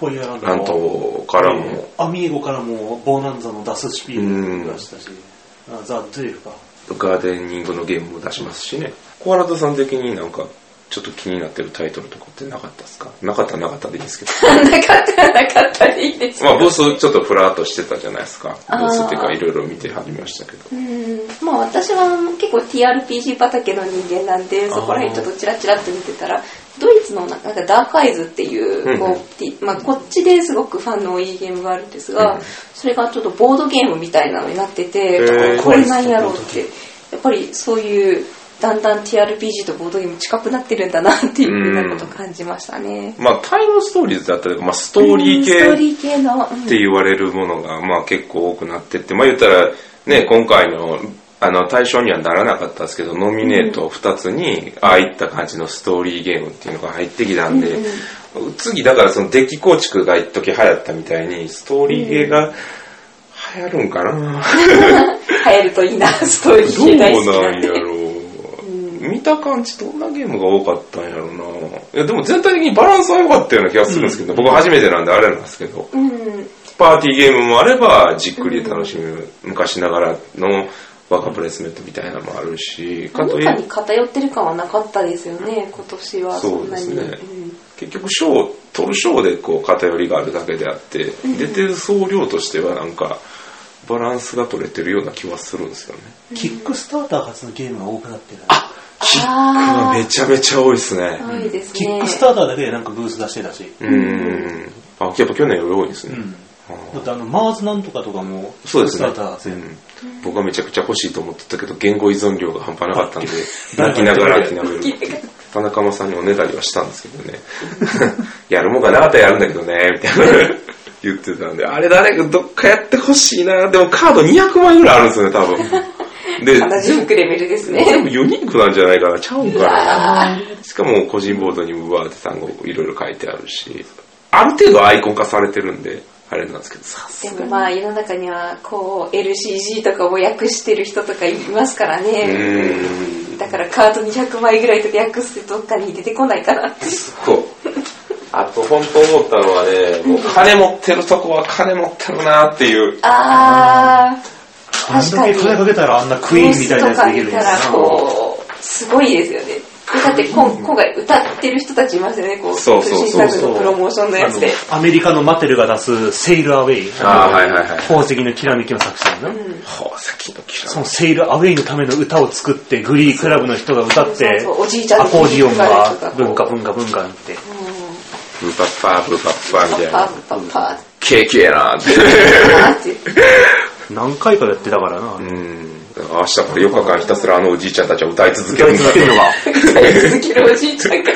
Speaker 10: フォイヤーランド
Speaker 1: なんとからも、
Speaker 10: アミーゴからも、ボーナンザのダスシピール出したし、あザ・ドゥエフか。
Speaker 1: ガーデニングのゲームも出しますしね。小原田さん的になんか、ちょっと気になってるタイトルとかってなかったですかなかったらなかったでいいんです けど。
Speaker 8: なかったらなかったでいいです。
Speaker 1: まあ、ブースちょっとふらっとしてたじゃないですか。ブ
Speaker 8: あー
Speaker 1: ースっていうか、いろいろ見て始めましたけど。
Speaker 8: うん。まあ私は結構 TRPG 畑の人間なんで、そこら辺ちょっとチラチラっと見てたら、ドイツのなんかダークアイズっていう、こ
Speaker 1: うん
Speaker 8: う、T- まあこっちですごくファンの多いゲームがあるんですが、それがちょっとボードゲームみたいなのになってて、
Speaker 1: へー
Speaker 8: これなんやろうって、やっぱりそういう、だんだん TRPG とボードゲーム近くなってるんだなっていうふうなことを感じましたね。
Speaker 1: まあ、タイムストーリーズだったりとか、まあ、ストーリー
Speaker 8: うんストー
Speaker 1: 系
Speaker 8: リー系の。うん
Speaker 1: って言われるものが、まあ、結構多くなってって、まあ、言ったら、ね、今回の、あの、対象にはならなかったですけど、ノミネート2つに、ああいった感じのストーリーゲームっていうのが入ってきたんで、次だからそのデッキ構築が一時流行ったみたいにストーリー系が流行るんかな、ど
Speaker 8: 流行るといいな、ストーリー系
Speaker 1: う
Speaker 8: 大好き
Speaker 1: な
Speaker 8: なん
Speaker 1: ん
Speaker 8: で
Speaker 1: や。ろう、見た感じどんなゲームが多かったんやろうないやでも全体的にバランスは良かったような気がするんですけど、僕初めてなんであれなんですけど
Speaker 8: うん。
Speaker 1: パーティーゲームもあればじっくり楽しむ、昔ながらのバカプレイスメントみたいなのもあるしか
Speaker 8: 何
Speaker 1: とい
Speaker 8: か
Speaker 1: え
Speaker 8: に偏ってる感はなかったですよね、今年はそんなに。
Speaker 1: そうですね結局賞取る賞でこう偏りがあるだけであって出てる総量としてはなんかバランスが取れてるような気はするんですよね
Speaker 10: キックスターター発のゲームが多くなってる。
Speaker 1: キッ
Speaker 8: あ
Speaker 1: クめちゃめちゃ多いですね
Speaker 8: 多いです
Speaker 10: キ
Speaker 8: ね
Speaker 10: ック。スターターだけでなんかブース出してたし。
Speaker 1: うんあやっぱ去年より多いですね、
Speaker 10: だってあの、マーズなんとかとかも、
Speaker 1: そうですね
Speaker 10: キックスターター全部。
Speaker 1: 僕はめちゃくちゃ欲しいと思ってたけど言語依存量が半端なかったんで泣きながら諦めるっていう田中間さんにおねだりはしたんですけどね やるもんがなかったらやるんだけどねみたいな言ってたんであれだねどっかやってほしいなでもカード200枚ぐらいあるんですよね多分で
Speaker 8: 同じくレベルです
Speaker 1: 全
Speaker 8: ね。
Speaker 1: 部ユニークなんじゃないかな、ちゃうんかな。しかも個人ボードにもバーって単語いろいろ書いてあるし、ある程度アイコン化されてるんで、あれなんですけど、さす
Speaker 8: でもまあ世の中にはこう LCG とかを訳してる人とかいますからね。だからカード200枚ぐらいとか訳してどっかに出てこないかなって。
Speaker 1: そう。あと本当思ったのはね、もう金持ってるとこは金持ってるなっていう。
Speaker 8: あー、確か
Speaker 10: あんだけ
Speaker 8: に。
Speaker 10: 金かけたらあんなクイーンみたいなやつできるん
Speaker 8: コースとか
Speaker 10: です
Speaker 8: 見たらこう、すごいですよね。だってこん今回歌ってる人たちいますよね、こう、
Speaker 1: そうそう
Speaker 8: 新
Speaker 1: そう
Speaker 8: 作のプロモーションのやつで。
Speaker 10: アメリカのマテルが出すセイルアウェイ。
Speaker 1: あーはいはいはい
Speaker 10: 宝石のきらめきの作品の。
Speaker 1: 宝石のキラ
Speaker 10: そのセイルアウェイのための歌を作って、グリークラブの人が歌って、
Speaker 8: そうそうおじいちゃん
Speaker 10: アコーディオ
Speaker 8: お
Speaker 10: ン
Speaker 8: じいちゃんが
Speaker 10: が文化文化文化って。
Speaker 1: ブーパッパー、ブーパッパーみたい
Speaker 8: パ
Speaker 1: な。
Speaker 8: ッパッパッ
Speaker 1: ケーキやなって。
Speaker 8: パッって。
Speaker 10: 何回かやってたからな。
Speaker 1: うん。明日から4日間ひたすらあのおじいちゃんたちは歌い続けるんだ
Speaker 10: 歌い続けるわ
Speaker 8: 歌い続けるおじいちゃんが。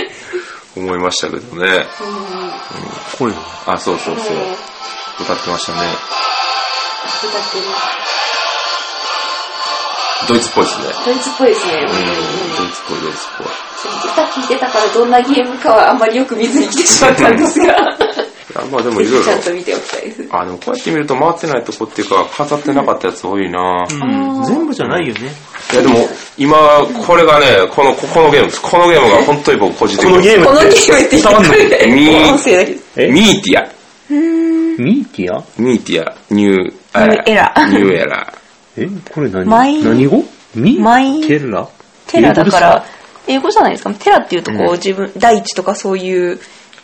Speaker 1: 思いましたけどね。
Speaker 10: これ、
Speaker 1: あ、そうそうそう。歌ってましたね。
Speaker 8: 歌ってる。
Speaker 1: ドイツっぽいですね。
Speaker 8: ドイツっぽいですね。
Speaker 1: うん、
Speaker 8: うん
Speaker 1: ドイツっぽい、ドイツっぽい。
Speaker 8: 歌聞いてたからどんなゲームかはあんまりよく見ずに来てしまったんですが、
Speaker 1: あまあでもいろい
Speaker 8: ちゃんと
Speaker 1: ろ。
Speaker 8: 見ておきたいです。
Speaker 1: あ、でもこうやって見ると回ってないとこっていうか、飾ってなかったやつ多いなぁ。
Speaker 10: うん、全部じゃないよね。
Speaker 1: いやでも、今、これがね、この、ここのゲームです。このゲームが本当に僕個人的に。
Speaker 10: ー
Speaker 8: このゲームって一
Speaker 10: んの
Speaker 8: 回で
Speaker 1: みー
Speaker 8: 音声だけで
Speaker 10: え
Speaker 1: ミーティア。
Speaker 10: ミーティア
Speaker 1: ミーティア、ニュー、あ
Speaker 11: ニューエラー
Speaker 1: ニューエラ
Speaker 10: えこれ何
Speaker 11: マイ
Speaker 10: 何語ミ
Speaker 11: マイ
Speaker 10: テラ
Speaker 11: テラだか
Speaker 10: 英語
Speaker 11: ら、英語じゃないですか。テラっていうとこう、自分、大地とかそういう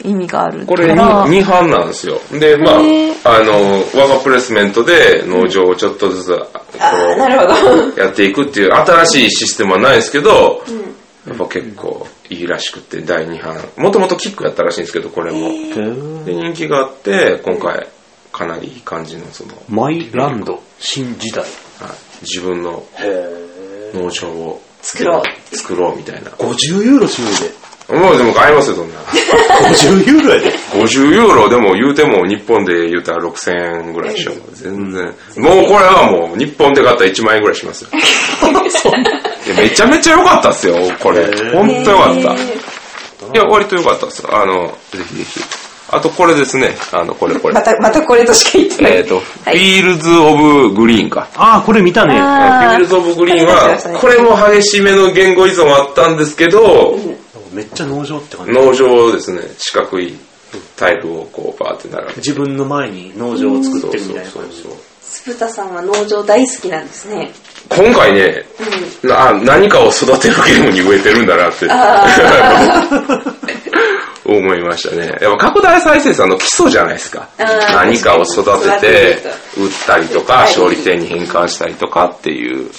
Speaker 11: 意味がある
Speaker 1: これ
Speaker 11: か
Speaker 1: に
Speaker 11: ら
Speaker 1: 2班なんですよでまあ
Speaker 11: へー
Speaker 1: あの我がプレスメントで農場をちょっとずつこう
Speaker 8: なるほど。
Speaker 1: やっていくっていう新しいシステムはないですけどやっぱ結構いいらしくて第2版もともとキックやったらしいんですけどこれもで人気があって今回かなりいい感じのその
Speaker 10: マイランド、新時代。
Speaker 1: はい自分の農場を
Speaker 8: 作ろ
Speaker 1: う作ろうみたいな
Speaker 10: 50ユーロしよ
Speaker 1: もうでも買いますよそんな50ユーロやで50ユーロでも言うても日本で言うたら6000円ぐらいでしょ全然もうこれはもう日本で買ったら1万円ぐらいします よいやめちゃめちゃ良かったっすよこれ本当良かったいや割と良かったっすあのぜひぜひあとこれですねあのこれこれ
Speaker 8: また、またこれとしか言ってない。
Speaker 1: えっと、フィールズ・オブ・グリーンか。
Speaker 10: ああ、これ見たね。
Speaker 1: フィールズ・オブ・グリーンは、これも激しめの言語依存あったんですけど、
Speaker 10: めっちゃ農場って感じ。
Speaker 1: 農場をですね、四角いタイルをこうバーって並べて。
Speaker 10: 自分の前に農場を作ってるみたいな感じ。
Speaker 8: スプタさんは農場大好きなんですね。
Speaker 1: 今回ね、なあ何かを育てるゲームに植えてるんだなって
Speaker 8: あ
Speaker 1: 思いましたね。やっぱ拡大再生産の基礎じゃないですか。
Speaker 8: あー
Speaker 1: 何かを育てて
Speaker 8: 育てて、
Speaker 1: 売ったりとか、勝利点に変換したりとかっていう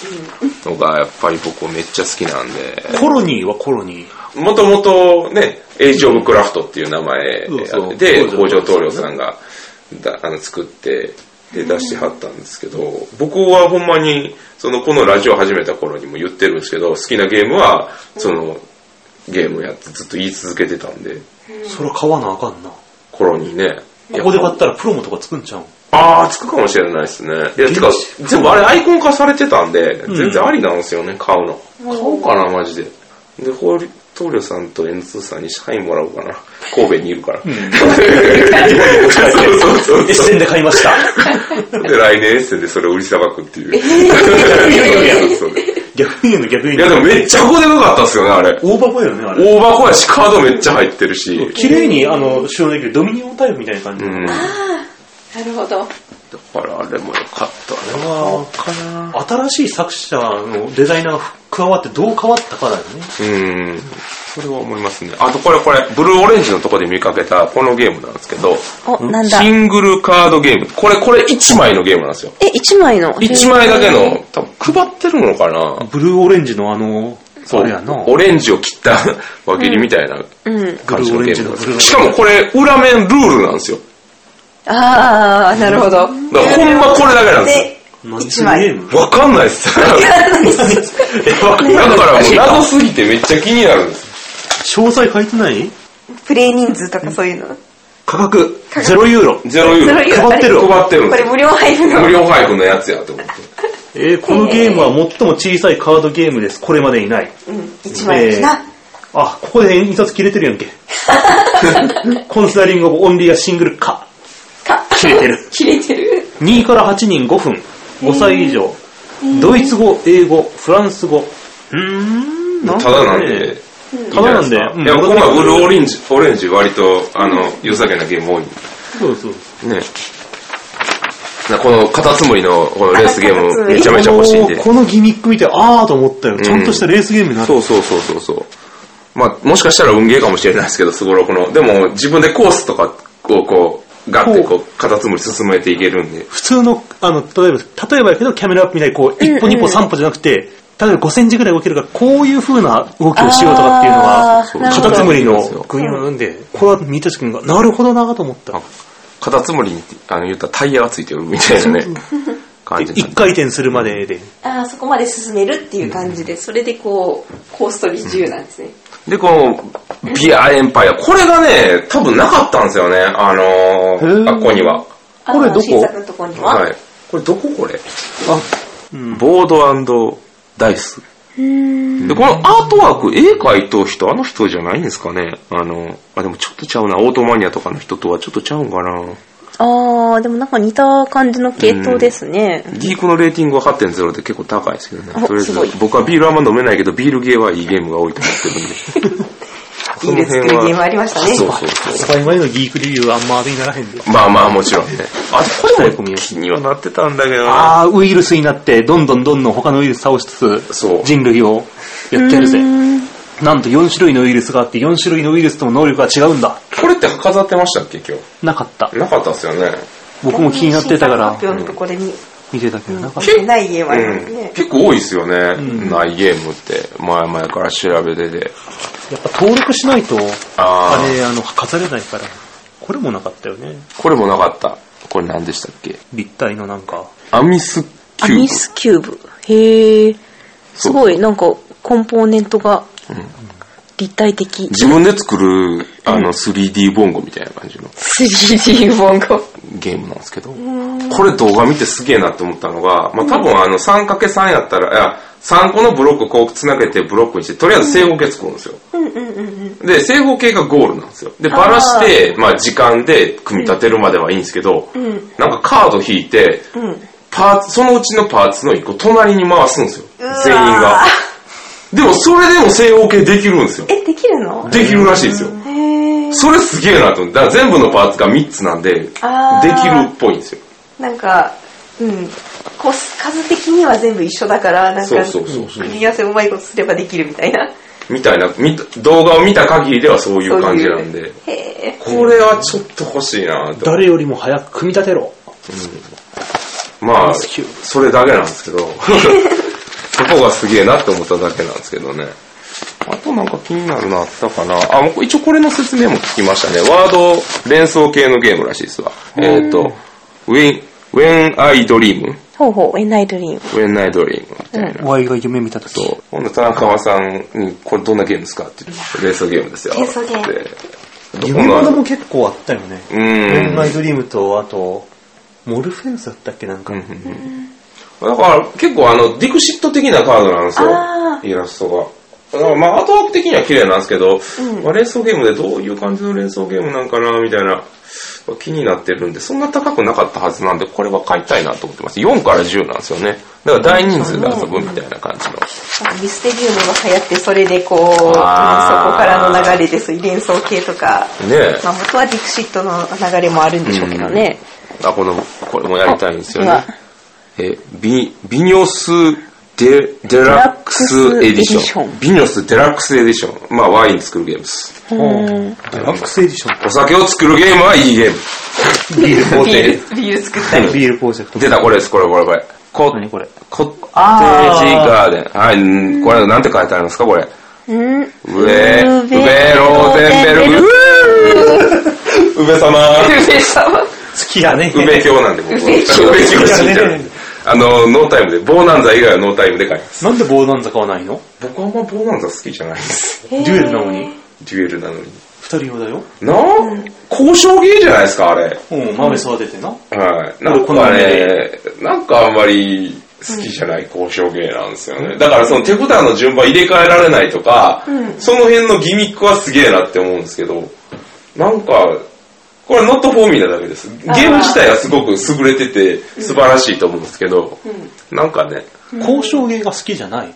Speaker 1: のが、やっぱり僕めっちゃ好きなんで。
Speaker 10: コロニーはコロニー。
Speaker 1: もともとね、エイジ・オブ・クラフトっていう名前で、工場棟梁さんがだあの作って、で出してはったんですけど、僕はほんまに、その、このラジオ始めた頃にも言ってるんですけど、好きなゲームは、その、ゲームやってずっと言い続けてたんで、
Speaker 10: それ買わなあかんな。
Speaker 1: 頃にね。
Speaker 10: ここで買ったらプロモとか作ん ちゃうん
Speaker 1: ああ、つくかもしれないですね。いや、てか、全部あれアイコン化されてたんで、全然ありなんですよね、買うの。買おうかな、マジで。で、ホーリ棟梁さんと N2 さんに社員もらおうかな。神戸にいるから。そうそうそうそう。エッセンで買いました。で、来年エッセンでそれを売りさばくっていう。そうそう
Speaker 10: 逆に言うの逆に
Speaker 1: いや、でもめっちゃ箱でかかったっすよね、あれ。
Speaker 10: 大箱やよね、あれ。
Speaker 1: 大箱やし、カードめっちゃ入ってるし。
Speaker 10: 綺麗に、あの、収納できるドミニオンタイプみたいな感じ。
Speaker 1: うん。
Speaker 8: なるほど。
Speaker 1: だからあれも良かった。
Speaker 10: あれは、新しい作者のデザイナーが加わってどう変わったかだよね。
Speaker 1: うん。それは思いますね。あとこれこれ、ブルーオレンジのとこで見かけたこのゲームなんですけど、
Speaker 11: おなんだ
Speaker 1: シングルカードゲーム。これ、これ1枚のゲームなんですよ。
Speaker 11: え1枚の
Speaker 1: 1枚だけの、多分配ってるのかな。
Speaker 10: ブルーオレンジのあの、
Speaker 1: そう、オレンジを切った 輪切りみたいな
Speaker 11: うん
Speaker 1: 感じのゲームなんですよ。しかもこれ、裏面ルールなんですよ。
Speaker 11: ああなるほど
Speaker 1: だからほんまこれだけなんですよ。
Speaker 11: 一枚
Speaker 1: わかんないっす。だからもう謎すぎてめっちゃ気になるんです。
Speaker 10: 詳細書いてない
Speaker 11: プレイ人数とかそういうの
Speaker 10: 価格、0ユーロ。
Speaker 1: ゼロユーロ。
Speaker 10: 配ってる。
Speaker 1: 配ってるんですよ無料配
Speaker 10: 布。
Speaker 1: 布のやつやと思って。
Speaker 10: えー、このゲームは最も小さいカードゲームです。これまでにない。
Speaker 11: 1枚だしな、
Speaker 10: あ、ここで印刷切れてるやんけ。コンサリングオブオンリーやシングルか。切れてる。
Speaker 8: 切れてる。
Speaker 10: 2から8人5分。5歳以上。ドイツ語、英語、フランス語。うーん、
Speaker 1: ただなんで、
Speaker 10: ただなんで
Speaker 1: いいじゃいすかいや、
Speaker 10: うん
Speaker 1: 僕はブルーオレンジ、オレンジ割と、あの、良さげなゲーム多いんで。
Speaker 10: そうそう。
Speaker 1: ね。なこのカタツムリのこのレースゲームめちゃめちゃ欲しいんで。
Speaker 10: このこのギミック見て、あーと思ったよ。ちゃんとしたレースゲームになる。
Speaker 1: そうそうそうそうそう。まあ、もしかしたら運ゲーかもしれないですけど、すごろくの。でも、自分でコースとかをこう、ガッてこう、カタツムリ進めていけるんで。
Speaker 10: 普通の、あの、例えば、例えばやけど、キャメラアップみたいに、こう、一歩二歩三歩じゃなくて、例えば5センチぐらい動けるから、こういう風な動きをしようとかっていうの
Speaker 11: あーな
Speaker 10: は、
Speaker 11: るほ
Speaker 10: カ
Speaker 11: ど
Speaker 10: タツムリのグイーンで、これは見た時にが、なるほどなと思った。
Speaker 1: カタツムリに、あの、言ったらタイヤがついてるみたいな ね、感じなんで
Speaker 10: 一回転するまでで。
Speaker 8: ああ、そこまで進めるっていう感じで、それでこう、コース取り自由なんですね。
Speaker 1: で、この、ビアエンパイア。これがね、多分なかったんですよね。あのー、あ、ここには。
Speaker 8: あ
Speaker 1: これ
Speaker 8: ー
Speaker 1: どこ
Speaker 8: 新作のとこには。
Speaker 1: はい。これどここれあ、ボードダイス。で、このアートワーク、絵描いとう人、あの人じゃないんですかね。あの、あ、でもちょっとちゃうな。オートマニアとかの人とはちょっとちゃうんかな。
Speaker 11: ああでもなんか似た感じの系統ですね
Speaker 1: ギークのレーティングは8.0で結構高いですけどね。
Speaker 11: あ
Speaker 1: とりあえず
Speaker 11: すごい、
Speaker 1: 僕はビールあんま飲めないけど、ビールゲーはいいゲームが多いと思ってるんで。 その辺は。そうそうそう。
Speaker 10: 発売前のギークレビューはあんま当てにならへんで。
Speaker 1: まあまあもちろんね。あ、これも気にはなってたんだけどな。
Speaker 10: あー、ウイルスになって、どんどんどんどん他のウイルス倒しつつ、人類をやってやるぜ。なんと4種類のウイルスがあって、4種類のウイルスとも能力が違うんだ。
Speaker 1: これって飾ってましたっけ、今
Speaker 10: 日。なかった。
Speaker 1: なかったっすよね。
Speaker 10: 僕も気になってたから、
Speaker 8: 発表のとこで見、
Speaker 10: 見てたけどなかった。
Speaker 8: 見ない家はね。
Speaker 1: 結構多いですよね、ないゲームって前々から調べてて
Speaker 10: やっぱ登録しないと、
Speaker 1: あ
Speaker 10: あ
Speaker 1: ー
Speaker 10: れ、あの、飾れないから。これもなかったよね。
Speaker 1: これもなかったこれ何でしたっけ
Speaker 10: 立体のなんか
Speaker 1: アミス
Speaker 11: アミスキューブ。へえ。すごい、なんか、コンポーネントが立体的。
Speaker 1: 自分で作るあの 3D ボンゴみたいな感じの
Speaker 11: 3D ボンゴ。
Speaker 1: ゲームなんですけどこれ動画見てすげえなって思ったのが、まあ、多分あの 3×3 やったらいや3個のブロックをこう繋げてブロックにしてとりあえず正方形作るんですよ
Speaker 8: うんうんうん
Speaker 1: で正方形がゴールなんですよでバラしてまあ時間で組み立てるまではいいんですけど
Speaker 8: うん。うん。
Speaker 1: なんかカード引いて
Speaker 8: うん。
Speaker 1: パーツ、そのうちのパーツの一個隣に回すんですよ。全員が。でもそれでも正方形できるんですよ。
Speaker 8: え、できるの
Speaker 1: できるらしいですよ。
Speaker 8: へえ。
Speaker 1: それすげえなと思って。だから全部のパーツが3つなんで、できる
Speaker 8: あー
Speaker 1: っぽいんですよ。
Speaker 8: なんか、うん。こう、数的には全部一緒だから、なん
Speaker 1: そ
Speaker 8: か、
Speaker 1: うそうそうそう
Speaker 8: 組み合わせうまいことすればできるみたいな。
Speaker 1: みたいな、見た動画を見た限りではそういう感じなんで。
Speaker 8: へえ。
Speaker 1: これはちょっと欲しいなと。
Speaker 10: 誰よりも早く組み立てろ。
Speaker 1: まあ、それだけなんです けど、そこがすげえなって思っただけなんですけどね。あとなんか気になるのあったかなあ、もう一応これの説明も聞きましたね。ワード連想系のゲームらしいですわ。えっ、と、When, When I Dream,
Speaker 11: ほうほう、エナイドリーム。
Speaker 1: When I Dream。
Speaker 10: うん。ワイが夢見たとき。
Speaker 1: 今度田中川さんに、これどんなゲームですかって言って、連想ゲームですよ。
Speaker 8: 連想ゲーム
Speaker 1: で
Speaker 10: 夢物も結構あったよね。
Speaker 1: うん
Speaker 10: 恋愛ドリームと、あと、モルフェウスだったっけなんか。
Speaker 1: だから結構あの、ディクシット的なカードなんですよ
Speaker 8: あ。
Speaker 1: イラストが。だからまあ、アートワーク的には綺麗なんですけど、まあ、連想ゲームでどういう感じの連想ゲームなんかな、みたいな、まあ気になってるんで、そんな高くなかったはずなんで、これは買いたいなと思ってます。4から10なんですよね。だから大人数で遊ぶみたいな感じの。
Speaker 8: なんかミステリウムが流行って、それでこう、うんそこ
Speaker 1: あー
Speaker 8: からの流れで、そういう連想系とか、
Speaker 1: ねえ
Speaker 8: まあ、元はディクシットの流れもあるんでしょうけどね。
Speaker 1: あ、この、これもやりたいんですよね。
Speaker 8: あ
Speaker 1: え、ビ、ビニョスデ、デラックスエディション。ビニョスデラックスエディション。まあ、ワイン作るゲームです。
Speaker 11: うん。
Speaker 1: デラックスエディションお酒を作るゲームはいいゲーム。ビール工程。
Speaker 8: ビール作っ
Speaker 10: ビール工作
Speaker 1: 出た、これです、これ、これ、これ。コッ
Speaker 10: これ
Speaker 1: コッテージガーデン。はい、うんこれ、なんて書いてありますか、これ。
Speaker 11: うん。う
Speaker 1: ウベ、ウベローゼンベルグ。うーウベ様。
Speaker 8: 上様。
Speaker 10: 月やね。
Speaker 1: 梅教なんで、僕は。
Speaker 10: 梅
Speaker 1: 梅
Speaker 10: 教
Speaker 1: 教信者なんで。あの、ノータイムで、ボーナンザ以外はノータイムで買います。
Speaker 10: なんでボーナンザ買わないの
Speaker 1: 僕はあんまボーナンザ好きじゃない です。
Speaker 10: デュエルなのに
Speaker 1: デュエルなのに。
Speaker 10: 二人用だよ。
Speaker 1: なあ交渉ゲーじゃないですか、あれ。
Speaker 10: うん、豆育ててな。
Speaker 1: はい。なんかね、なんかあんまり好きじゃない交渉芸なんですよね。だからその手札の順番入れ替えられないとか、
Speaker 8: うん
Speaker 1: その辺のギミックはすげえなって思うんですけど、なんか、これはノットフォーミーなだけです。ゲーム自体はすごく優れてて素晴らしいと思うんですけど、なんかね、
Speaker 10: 交渉芸が好きじゃない。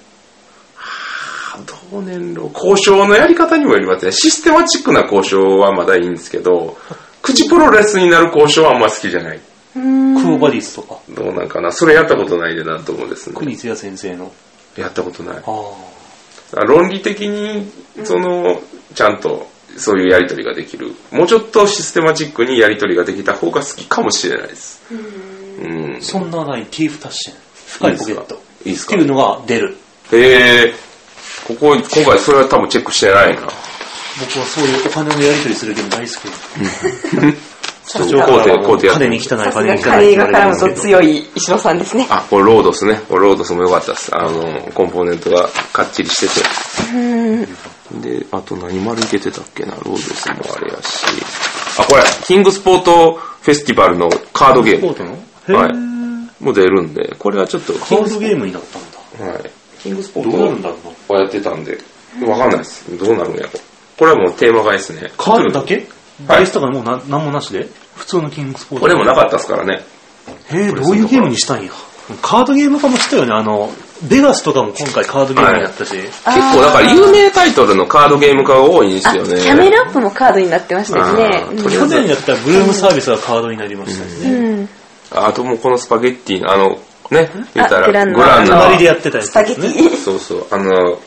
Speaker 1: 同年老交渉のやり方にもよりますね。システマチックな交渉はまだいいんですけど、口プロレスになる交渉はあんま好きじゃない。
Speaker 10: クオバディスとか。
Speaker 1: どうなんかなそれやったことないでなんともですね。
Speaker 10: 国津谷先生の。
Speaker 1: やったことない。
Speaker 10: あ
Speaker 1: あ論理的に、その、ちゃんと、そういうやりとりができる。もうちょっとシステマチックにやりとりができた方が好きかもしれないです。うん
Speaker 10: あ。。そんなない、キーフタッシェン。深いポケット。
Speaker 1: いいです
Speaker 10: って
Speaker 1: か
Speaker 10: いうのが出る。
Speaker 1: えー、ここ、今回それは多分チェックしてないな。
Speaker 10: 僕はそういうお金のやり取りするゲーム大好き
Speaker 1: ちょっと工程、工程やって
Speaker 10: 金
Speaker 1: み
Speaker 10: に
Speaker 1: る
Speaker 10: 汚い、
Speaker 8: さす
Speaker 10: 金
Speaker 8: が
Speaker 10: に汚い
Speaker 8: 金
Speaker 10: って言わ
Speaker 8: が
Speaker 10: れて
Speaker 8: 絡
Speaker 10: ま
Speaker 8: む
Speaker 10: すけ
Speaker 8: と
Speaker 10: ど。
Speaker 8: 強い石野さんですね。
Speaker 1: あ、これロードスね。これロードスも良かったです。あの、コンポーネントがかっちりしてて。
Speaker 11: ん。
Speaker 1: で、あと何丸いけてたっけな、ロードスもあれやし。あ、これ、キングスポートフェスティバルのカードゲーム。はい。もう出るんで、これはちょっと。
Speaker 10: カードゲームになったんだ。
Speaker 1: はい。キングスポ
Speaker 10: どうなるんだろうな。
Speaker 1: をやってたんで、わかんないです。どうなるんやろ。これはもうテーマ買いですね。
Speaker 10: カードだけ
Speaker 1: はい
Speaker 10: ベースとかもうな何もなしで普通のキングスポーツ。
Speaker 1: これもなかったですからね。
Speaker 10: へえ、どういうゲームにしたんや。カードゲーム化もしたよね。あの、ベガスとかも今回カードゲームになったし。
Speaker 1: 結構だから有名タイトルのカードゲーム化が多いんです
Speaker 11: あ、
Speaker 1: よね。
Speaker 11: キャメルアップもカードになってましたよね。
Speaker 1: あ
Speaker 11: う
Speaker 1: ー
Speaker 11: ん
Speaker 1: とりあえ
Speaker 10: 去
Speaker 1: ず
Speaker 10: 年やったブルームサービスがカードになりましたよね。
Speaker 11: うん。
Speaker 1: あともうこのスパゲッティの、あの、ね、言ったら、
Speaker 11: グランナ
Speaker 1: ナ
Speaker 11: 隣でや
Speaker 10: ってた
Speaker 11: やつですねスパゲティ
Speaker 1: そうそう、あの、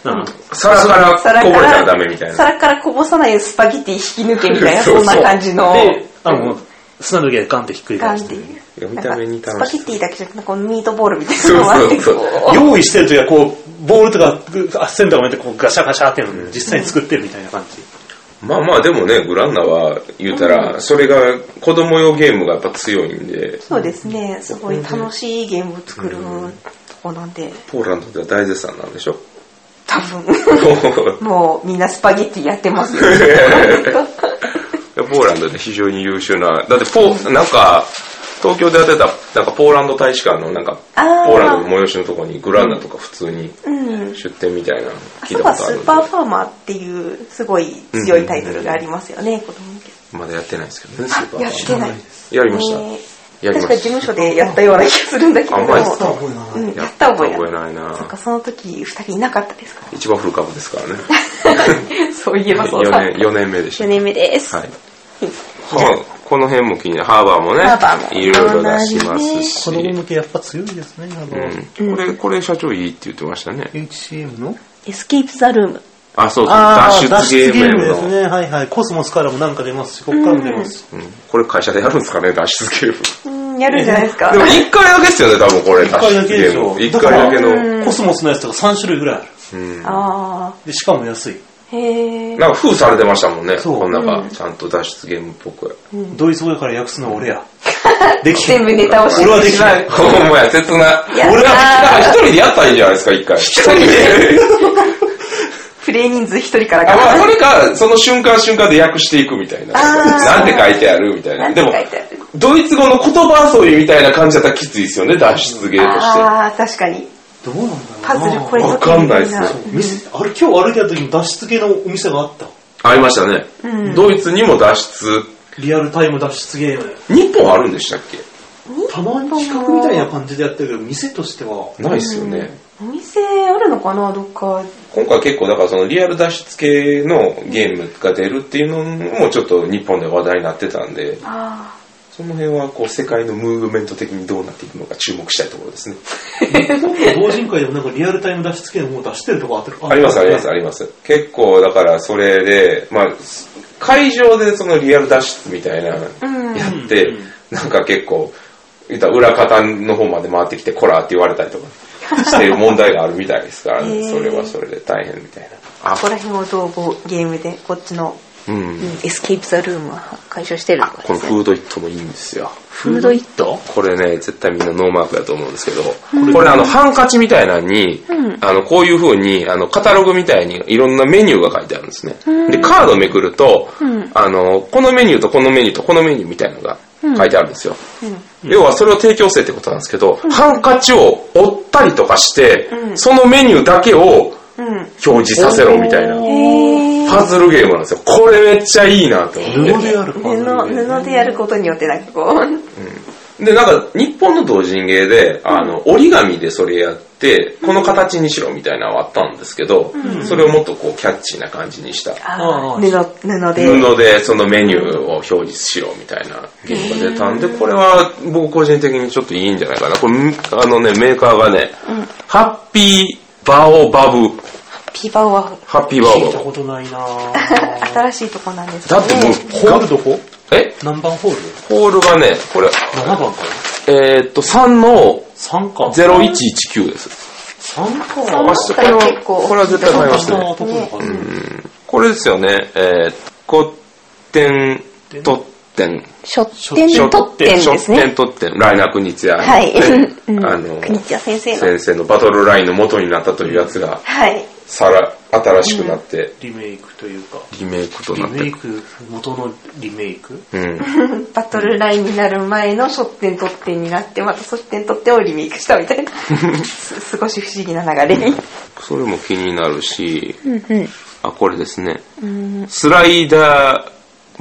Speaker 1: 皿からこぼれたらダメみたいな。
Speaker 8: 皿からこぼさないスパゲティ引き抜けみたいな、
Speaker 1: そう
Speaker 8: そ
Speaker 1: そうん
Speaker 8: な感じの。
Speaker 10: で、あの、砂時でガンってひっくり
Speaker 8: ガ
Speaker 10: 返
Speaker 8: ン
Speaker 10: し
Speaker 8: って
Speaker 10: て。
Speaker 8: いう。
Speaker 1: 見た目に
Speaker 8: スパゲティだけじゃなくて、このミートボールみたいなのもあって、こ
Speaker 10: 用意してる時はこう、ボールとか、あセンターを見てこうガシャガシャっていうのを実際に作ってるみたいな感じ。
Speaker 1: まあまあでもね、グランナは言うたら、それが子供用ゲームがやっぱ強いんで
Speaker 8: う、そうですね、すごい楽しいゲームを作るとこなんで、
Speaker 1: ポーランドでは大絶賛なんでしょ
Speaker 8: 多分、もうみんなスパゲティやってますよ。
Speaker 1: いやポーランドで非常に優秀な、だってポー、なんか、東京でやってた、なんかポーランド大使館のなんか、
Speaker 8: あー
Speaker 1: ポーランドの催しのとこにグランナとか普通に
Speaker 8: うん。
Speaker 1: 出店みたいなの
Speaker 8: あ
Speaker 1: 聞いた
Speaker 8: そこ
Speaker 1: こ
Speaker 8: は
Speaker 1: とあ
Speaker 8: ス
Speaker 1: る
Speaker 8: ー。パーファーマーっていうすごい強いタイトルがありますよね、子供向け
Speaker 1: まだやってないですけどね、スーパーは
Speaker 8: やってない。
Speaker 1: やりました。
Speaker 8: ね
Speaker 1: やりまし
Speaker 8: 確か
Speaker 1: た
Speaker 8: 事務所でやったような気がするんだけれども。
Speaker 1: あやった覚
Speaker 8: うん、やった覚えない。
Speaker 1: 覚えないな
Speaker 8: なんかその時二人いなかったですか
Speaker 1: 一番古株ですからね。
Speaker 8: ら。そういえばそう
Speaker 1: 4
Speaker 8: だ。
Speaker 1: 年、4年目でした。
Speaker 8: 4年目です。
Speaker 1: はい。まあこの辺も気になる。ハーバーもね、
Speaker 8: ハーバーも
Speaker 1: いろいろ出しますし。
Speaker 10: 子供向けやっぱ強いですね、あの、
Speaker 1: うん、これ、これ社長いいって言ってましたね。
Speaker 10: HCM の
Speaker 11: エスケープザルーム。
Speaker 1: あ、そうそう、
Speaker 10: あー
Speaker 1: 脱出ゲームや
Speaker 10: 脱出
Speaker 1: の
Speaker 10: ですね。はいはい。コスモスからもなんか出ますし、こっからも出ます。
Speaker 1: うんこれ会社でやるんですかね、脱出ゲーム。
Speaker 8: うん、やるんじゃないですか。
Speaker 1: でも一回だけですよね、多分これ、
Speaker 10: 一回だけでしょ。
Speaker 1: 一回だけ
Speaker 10: だ
Speaker 1: の。
Speaker 10: からコスモスのやつとか3種類ぐらいある。
Speaker 1: うん
Speaker 8: あ
Speaker 10: で、しかも安い。
Speaker 8: あ、へえ。
Speaker 1: なんか封されてましたもんね、こんな
Speaker 8: うん
Speaker 1: が、ちゃんと脱出ゲームっぽく。
Speaker 10: ドイツ語やから訳すのは 俺や。できへ
Speaker 8: 全
Speaker 10: ん
Speaker 8: 部ネタを知って
Speaker 10: 俺はできない。
Speaker 1: ほんまや、切な。
Speaker 8: やったー
Speaker 1: 俺は、一人でやったらいいじゃないですか、一回。一人で。
Speaker 8: プレイ人数一人か ら
Speaker 1: あまあ、そ
Speaker 8: 頑
Speaker 1: れか、その瞬間瞬間で訳していくみたいな。
Speaker 8: あー
Speaker 1: なんて書いてあるみたいな。でも、ドイツ語の言葉遊びみたいな感じだったらきついですよね、脱出ゲームとして。
Speaker 8: ああ、確かに。
Speaker 10: どうなんだ
Speaker 8: パズルこれ
Speaker 1: わかんないっすね。
Speaker 10: 店あれ今日歩いてた時に脱出系のお店があった。
Speaker 1: ありましたね。
Speaker 8: うん
Speaker 1: ドイツにも脱出。
Speaker 10: リアルタイム脱出ゲーム。
Speaker 1: 日本あるんでしたっけ
Speaker 10: たまに企画みたいな感じでやってるけど、店としては。
Speaker 1: ないっすよね。
Speaker 8: お店あるのかなどっか。
Speaker 1: 今回結構だからそのリアル脱出系のゲームが出るっていうのもちょっと日本で話題になってたんで、
Speaker 8: あ
Speaker 1: その辺はこう世界のムーブメント的にどうなっていくのか注目したいところですね。
Speaker 10: 同人会でもなんかリアルタイム脱出系のもう出してるとこあってる
Speaker 1: ありますありますあります。結構だからそれで、まあ、す会場でそのリアル脱出みたいな
Speaker 8: うん
Speaker 1: やって、なんか結構、言ったら裏方の方まで回ってきて、こらって言われたりとかしてる問題があるみたいですから
Speaker 8: へ
Speaker 1: ね。
Speaker 8: ー
Speaker 1: それはそれで大変みたい
Speaker 8: あ。ここら辺をどうこうゲームで、こっちの、
Speaker 1: な。う
Speaker 8: うん
Speaker 1: ん。
Speaker 8: エスケープザルームは解消してるのか
Speaker 1: このフードイットもいいんですよ。
Speaker 11: フードイット
Speaker 1: これね、絶対みんなノーマークだと思うんですけど、これあの、ハンカチみたいなのに、
Speaker 11: うん
Speaker 1: あの、こういう風に、あの、カタログみたいにいろんなメニューが書いてあるんですね
Speaker 11: う。ん
Speaker 1: で、カードめくると、
Speaker 11: うん。
Speaker 1: あの、このメニューとこのメニューとこのメニューみたいなのが書いてあるんですよ。要はそれを提供制ってことなんですけど、ハンカチを折ったりとかして、
Speaker 8: うん
Speaker 1: そのメニューだけを
Speaker 8: うん。
Speaker 1: 表示させろみたいな、
Speaker 8: へえ。
Speaker 1: パズルゲームなんですよ。これめっちゃいいなと思って。
Speaker 8: 布、布でやることによってなんかこう、
Speaker 1: で、なんか、日本の同人芸で、あの、折り紙でそれやって、この形にしろみたいなのはあったんですけど、
Speaker 8: うん
Speaker 1: それをもっとこう、キャッチーな感じにした。
Speaker 8: あー布、布で。
Speaker 1: 布でそのメニューを表示しろみたいなゲームが出たんで、これは僕個人的にちょっといいんじゃないかな。これ、あのね、メーカーがね、
Speaker 8: うん
Speaker 1: ハッピーバオバブ、
Speaker 8: ピバは
Speaker 1: ハッピーバオバブ。
Speaker 10: ことないな
Speaker 8: 新しいとこなんです
Speaker 1: だってもう、ホール
Speaker 10: どこ
Speaker 1: え
Speaker 10: 何番ホール
Speaker 1: ホールがね、これ、
Speaker 10: ?7 番か。
Speaker 1: えーっと、3の
Speaker 10: 3か。
Speaker 1: 0119です。
Speaker 10: 3か。
Speaker 1: これは、これは絶対買いましたね。うんこれですよね、えー、こってん、とってん。
Speaker 8: 書店とってんです
Speaker 1: 書店
Speaker 8: ね。
Speaker 1: とってん。来な国津屋。
Speaker 8: はい。 う ん
Speaker 1: あの、
Speaker 8: 国津屋先生の。
Speaker 1: 先生のバトルラインの元になったというやつが、
Speaker 8: はい。
Speaker 1: さら、新しくなって、
Speaker 10: リメイクというか。
Speaker 1: リメイクと
Speaker 10: リ
Speaker 1: なって
Speaker 10: メイ
Speaker 1: る。
Speaker 10: ク、元のリメイク
Speaker 1: うん。
Speaker 8: バトルラインになる前の書店とってんになって、また書店とってんをリメイクした みたいな。す少し不思議な流れに。
Speaker 1: それも気になるし、
Speaker 8: うん
Speaker 1: あ、これですね。
Speaker 8: うん。
Speaker 1: スライダー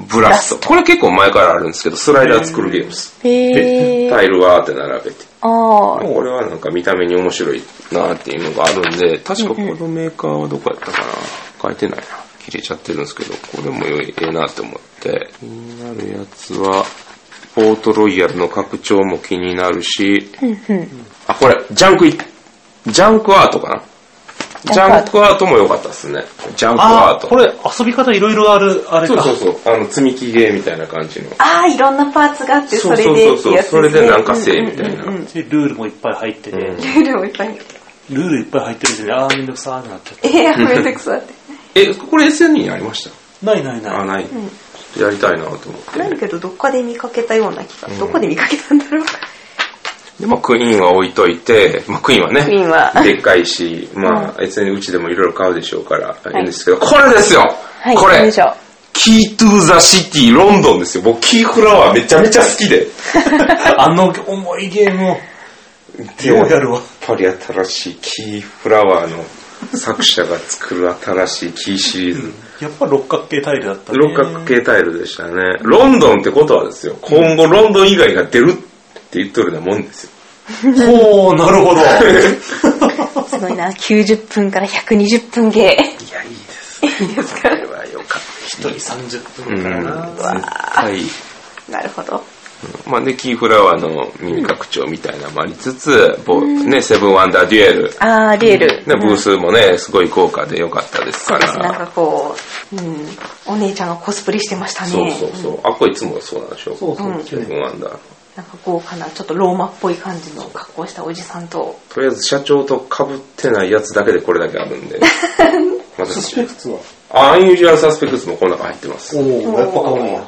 Speaker 1: ブラスト。これ結構前からあるんですけど、スライダー作るゲームです。
Speaker 8: へ
Speaker 1: タイルはーって並べて。
Speaker 8: ああ。
Speaker 1: これはなんか見た目に面白いなっていうのがあるんで、確かこのメーカーはどこやったかな書いてないな。切れちゃってるんですけど、これも良いええなって思って。気になるやつは、ポートロイヤルの拡張も気になるし、
Speaker 11: うんうん。
Speaker 1: あ、これ、ジャンクい、ジャンクアートかな。ジャンクアートも良かったですね。ジャンクアート。
Speaker 10: これ遊び方いろいろある、あれ
Speaker 1: そう
Speaker 10: か。
Speaker 1: そうそう。あの、積み木ゲーみたいな感じの。
Speaker 8: ああ、いろんなパーツがあって、そ
Speaker 1: そう
Speaker 8: れ
Speaker 1: そう
Speaker 8: で
Speaker 1: そ
Speaker 8: っ
Speaker 1: う
Speaker 8: て
Speaker 1: そう。
Speaker 8: やつ
Speaker 1: そ
Speaker 8: で
Speaker 1: れ
Speaker 8: すね。
Speaker 1: でなんかせえみたいな。
Speaker 10: でルールもいっぱい入ってて、ル
Speaker 8: ルールもいっぱいある。
Speaker 10: ールいっぱい入ってるんで、あーめんどくさーってなっちゃっ
Speaker 8: え
Speaker 10: て。
Speaker 8: ー、めんどくさって。
Speaker 1: え、これ SN にありました
Speaker 10: ないないない。
Speaker 1: あ、ない。
Speaker 8: うん
Speaker 1: やりたいなと思って。
Speaker 8: なんだけど、どっかで見かけたような気が。
Speaker 1: うん
Speaker 8: どこで見かけたんだろう。
Speaker 1: で、まあ、クイーンは置いといて、まあ、クイーンはね、
Speaker 8: クイーンは
Speaker 1: でっかいし、まあ、SN うちでもいろいろ買うでしょうから、
Speaker 8: い
Speaker 1: いいんですけど、これですよ
Speaker 8: はい、
Speaker 1: こ
Speaker 8: 何
Speaker 1: れ
Speaker 8: でしょう。
Speaker 1: キートゥーザシティロンドンですよ。僕、キーフラワーめちゃめちゃ好きで。
Speaker 10: あの重いゲームを。
Speaker 1: でも、やっぱり新しいキーフラワーの作者が作る新しいキーシリーズ。
Speaker 10: やっぱ六角形タイルだったね。
Speaker 1: 六角形タイルでしたね。ロンドンってことはですよ、今後ロンドン以外が出るって言っとるようなもんですよ。
Speaker 10: ほー、なる ほど。
Speaker 8: すごいな、90分から120分ゲ
Speaker 1: い
Speaker 8: ー。。
Speaker 1: や、いいです
Speaker 8: いいですか
Speaker 1: はよかった。
Speaker 10: 一人30
Speaker 1: うん、
Speaker 10: 分からな。
Speaker 1: 絶対。
Speaker 8: なるほど。
Speaker 1: まあ、で、キーフラワーの耳拡張みたいなのもありつつ、ぼね、セブンワンダーデュエル。
Speaker 8: ああ、リエル。
Speaker 1: ね、ブースもね、すごい豪華で良かったです
Speaker 8: そ
Speaker 1: か
Speaker 8: うです。なん
Speaker 1: ら。
Speaker 8: かこう、うん、お姉ちゃんがコスプレしてましたね。
Speaker 1: そうそうそうう。
Speaker 8: ん
Speaker 1: あ、これいつもそうなんでしょ
Speaker 8: そうそう
Speaker 1: セブンワンダー。
Speaker 8: なんか豪華な、ちょっとローマっぽい感じの格好したおじさんと、
Speaker 1: とりあえず社長と被ってないやつだけでこれだけあるん で。私、
Speaker 10: クツは
Speaker 1: アンユージュアルサスペクスもこの中入ってます。
Speaker 10: おー、やっぱ買うや。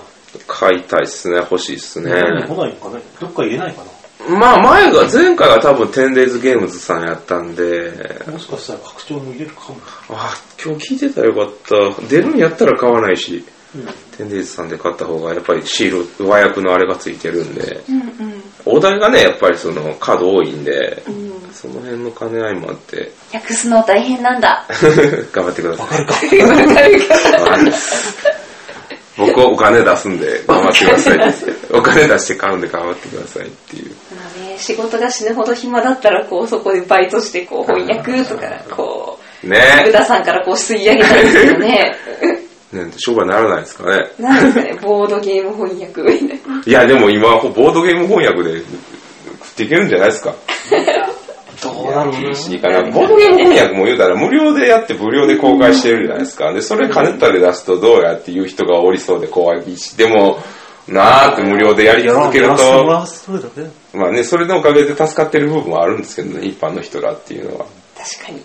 Speaker 1: 買いたいっすね、欲しいっすね。
Speaker 10: 何来ないんかね。どっか入れないかな。
Speaker 1: まあ前が、前回が多分 10days games さんやったんで、
Speaker 10: もしかしたら拡張も入れるかも。
Speaker 1: あ、今日聞いてたらよかった。出るんやったら買わないし、
Speaker 10: うん
Speaker 1: テンデイズさんで買った方がやっぱりシール、和訳のあれがついてるんで、
Speaker 8: うんうん。
Speaker 1: お題がね、やっぱりそのカード多いんで、その辺の兼ね合いもあって、
Speaker 8: 訳すの大変なん だ。
Speaker 1: 頑張ってください。僕はお金出すんで頑張ってください。お金出して買うんで頑張ってくださいっていう。
Speaker 8: まあね、仕事が死ぬほど暇だったら、こう、そこでバイトして、こう、翻訳とか、こう、
Speaker 1: ね
Speaker 8: 福田さんからこう、吸い上げたんですけどね。
Speaker 1: ね商売ならないですかね。
Speaker 8: なんですかね、ボードゲーム翻訳みたい
Speaker 1: いや、でも今、ボードゲーム翻訳で食っていけるんじゃないですか。
Speaker 10: どうなるの
Speaker 1: 厳しいかな。ボードゲーム翻訳も言うたら無料でやって無料で公開してるじゃないですか。で、それ金たで出すとどうやって言う人がおりそうで怖いし、でも、なあって無料でやり続ける
Speaker 10: やらせても
Speaker 1: と、
Speaker 10: らうそれだけ。
Speaker 1: まあね、それのおかげで助かってる部分はあるんですけどね、一般の人らっていうのは。
Speaker 8: 確かに。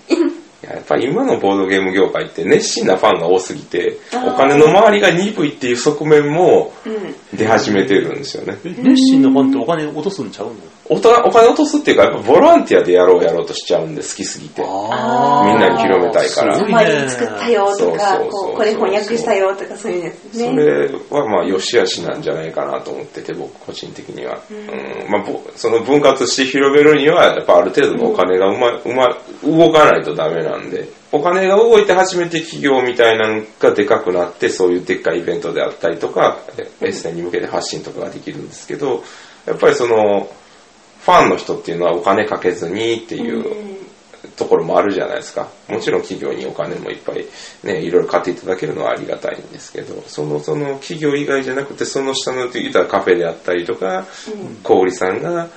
Speaker 1: いややっぱり今のボードゲーム業界って熱心なファンが多すぎて、お金の周りが鈍いっていう側面も
Speaker 8: な。うん。
Speaker 1: 出始めてるんですよね。
Speaker 10: え熱心のファンってお金落とすんちゃうの
Speaker 1: おたお金落とすっていうか、やっぱボランティアでやろうやろうとしちゃうんで、好きすぎて。みん
Speaker 8: あー
Speaker 1: なに広めたいから。
Speaker 8: サマリー作ったよとか、
Speaker 1: そうそうそうそう
Speaker 8: こうこれ翻訳したよとか、そういうやつ
Speaker 1: そ
Speaker 8: ね。
Speaker 1: れはまあ、良し悪しなんじゃないかなと思ってて、僕個人的には。うんまあ、ぼその分割して広めるには、やっぱある程度のお金がうま、うま、動かないとダメなんで、お金が動いて初めて企業みたいなのがでかくなって、そういうでっかいイベントであったりとか、エッセンに向けて発信とかができるんですけど、やっぱりその、ファンの人っていうのはお金かけずにっていうところもあるじゃないですか。もちろん企業にお金もいっぱいね、いろいろ買っていただけるのはありがたいんですけど、その、その企業以外じゃなくて、その下の言ったらカフェであったりとか、小売さんが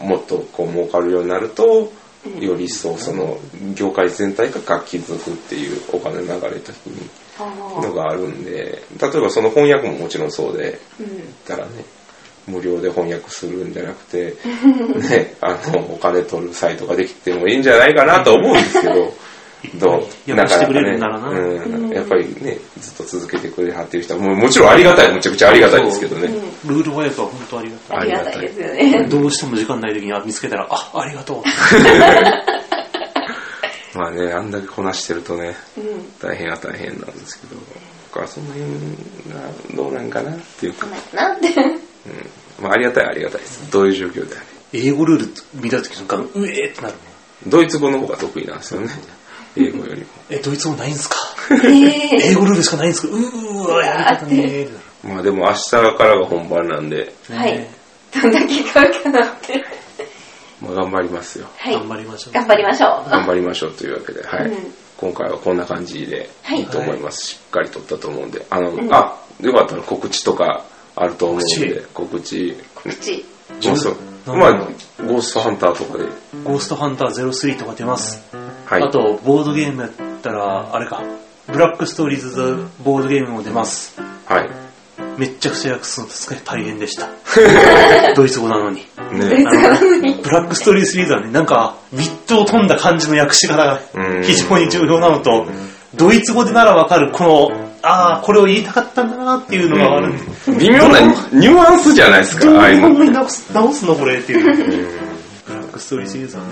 Speaker 1: もっとこう儲かるようになると、より一層その業界全体が活気づくっていうお金の流れ的に
Speaker 8: あ
Speaker 1: のがあるんで、例えばその翻訳ももちろんそうで、
Speaker 8: うん
Speaker 1: ったらね、無料で翻訳するんじゃなく て、ね、あの、お金取るサイトができてもいいんじゃないかなと思うんですけ ど、どう
Speaker 10: やっぱしてくれるんだ
Speaker 1: な
Speaker 10: ろうな
Speaker 1: かなかね、うん、やっぱりね、ずっと続けてくれはってる人は、もうもちろんありがたい、むちゃくちゃありがたいですけどね。
Speaker 10: ルール翻訳は本当ありがたい。
Speaker 1: ありがたいありがたいです
Speaker 8: よ ね
Speaker 10: どうしても時間ない時に見つけたら、あ、ありがとう。
Speaker 1: まあね、あんだけこなしてるとね、
Speaker 8: うん
Speaker 1: 大変は大変なんですけど、僕はその辺がどうなんかなっていうか、
Speaker 8: なんで
Speaker 1: まあありがたいはありがたいです。どういう状況であれ。
Speaker 10: 英語ルール見た時の間、うえーってなる。
Speaker 1: ドイツ語の方が得意なん ですよね、英語よりも。
Speaker 10: え、ドイツ語ないんですか
Speaker 8: え
Speaker 10: 英語ルールしかないんですかうーわ、やり方ねーってなる。
Speaker 1: まあでも明日からが本番なんで、
Speaker 8: はい。 どんだけ買うかなって。
Speaker 1: まあ、頑張りますよ。
Speaker 8: はい。頑
Speaker 10: 張りましょう。
Speaker 8: 頑張りましょう。
Speaker 1: 頑張りましょうというわけで、はい。
Speaker 8: うん
Speaker 1: 今回はこんな感じで
Speaker 8: はい
Speaker 1: いいと思います。しっかり撮ったと思うんで、あの、
Speaker 8: うん
Speaker 1: あ、よかったら告知とかあると思うんで、告知、
Speaker 8: 告知
Speaker 1: もうそまあ、ゴーストハンターとかで。
Speaker 10: ゴーストハンター03とか出ます。
Speaker 1: はい
Speaker 10: あと、ボードゲームやったら、あれか、ブラックストーリーズ・ザ・ボードゲームも出ます。
Speaker 1: はい。
Speaker 10: めっちゃくちゃ訳すの使い大変でした。ドイツ語なのに。
Speaker 1: ね
Speaker 10: あのブラックストーリーズ・リーズはね、なんか、ウィットを飛んだ感じの訳し方が
Speaker 1: うん
Speaker 10: 非常に重要なのと、ドイツ語でならわかる、この、ああ、これを言いたかったんだなっていうのがあるんで、
Speaker 1: 微妙 なニュアンスじゃないですか、ああいう
Speaker 10: 日本
Speaker 1: の。
Speaker 10: 語に直す直すのこれっていう。ブラックストーリーシリーズはね、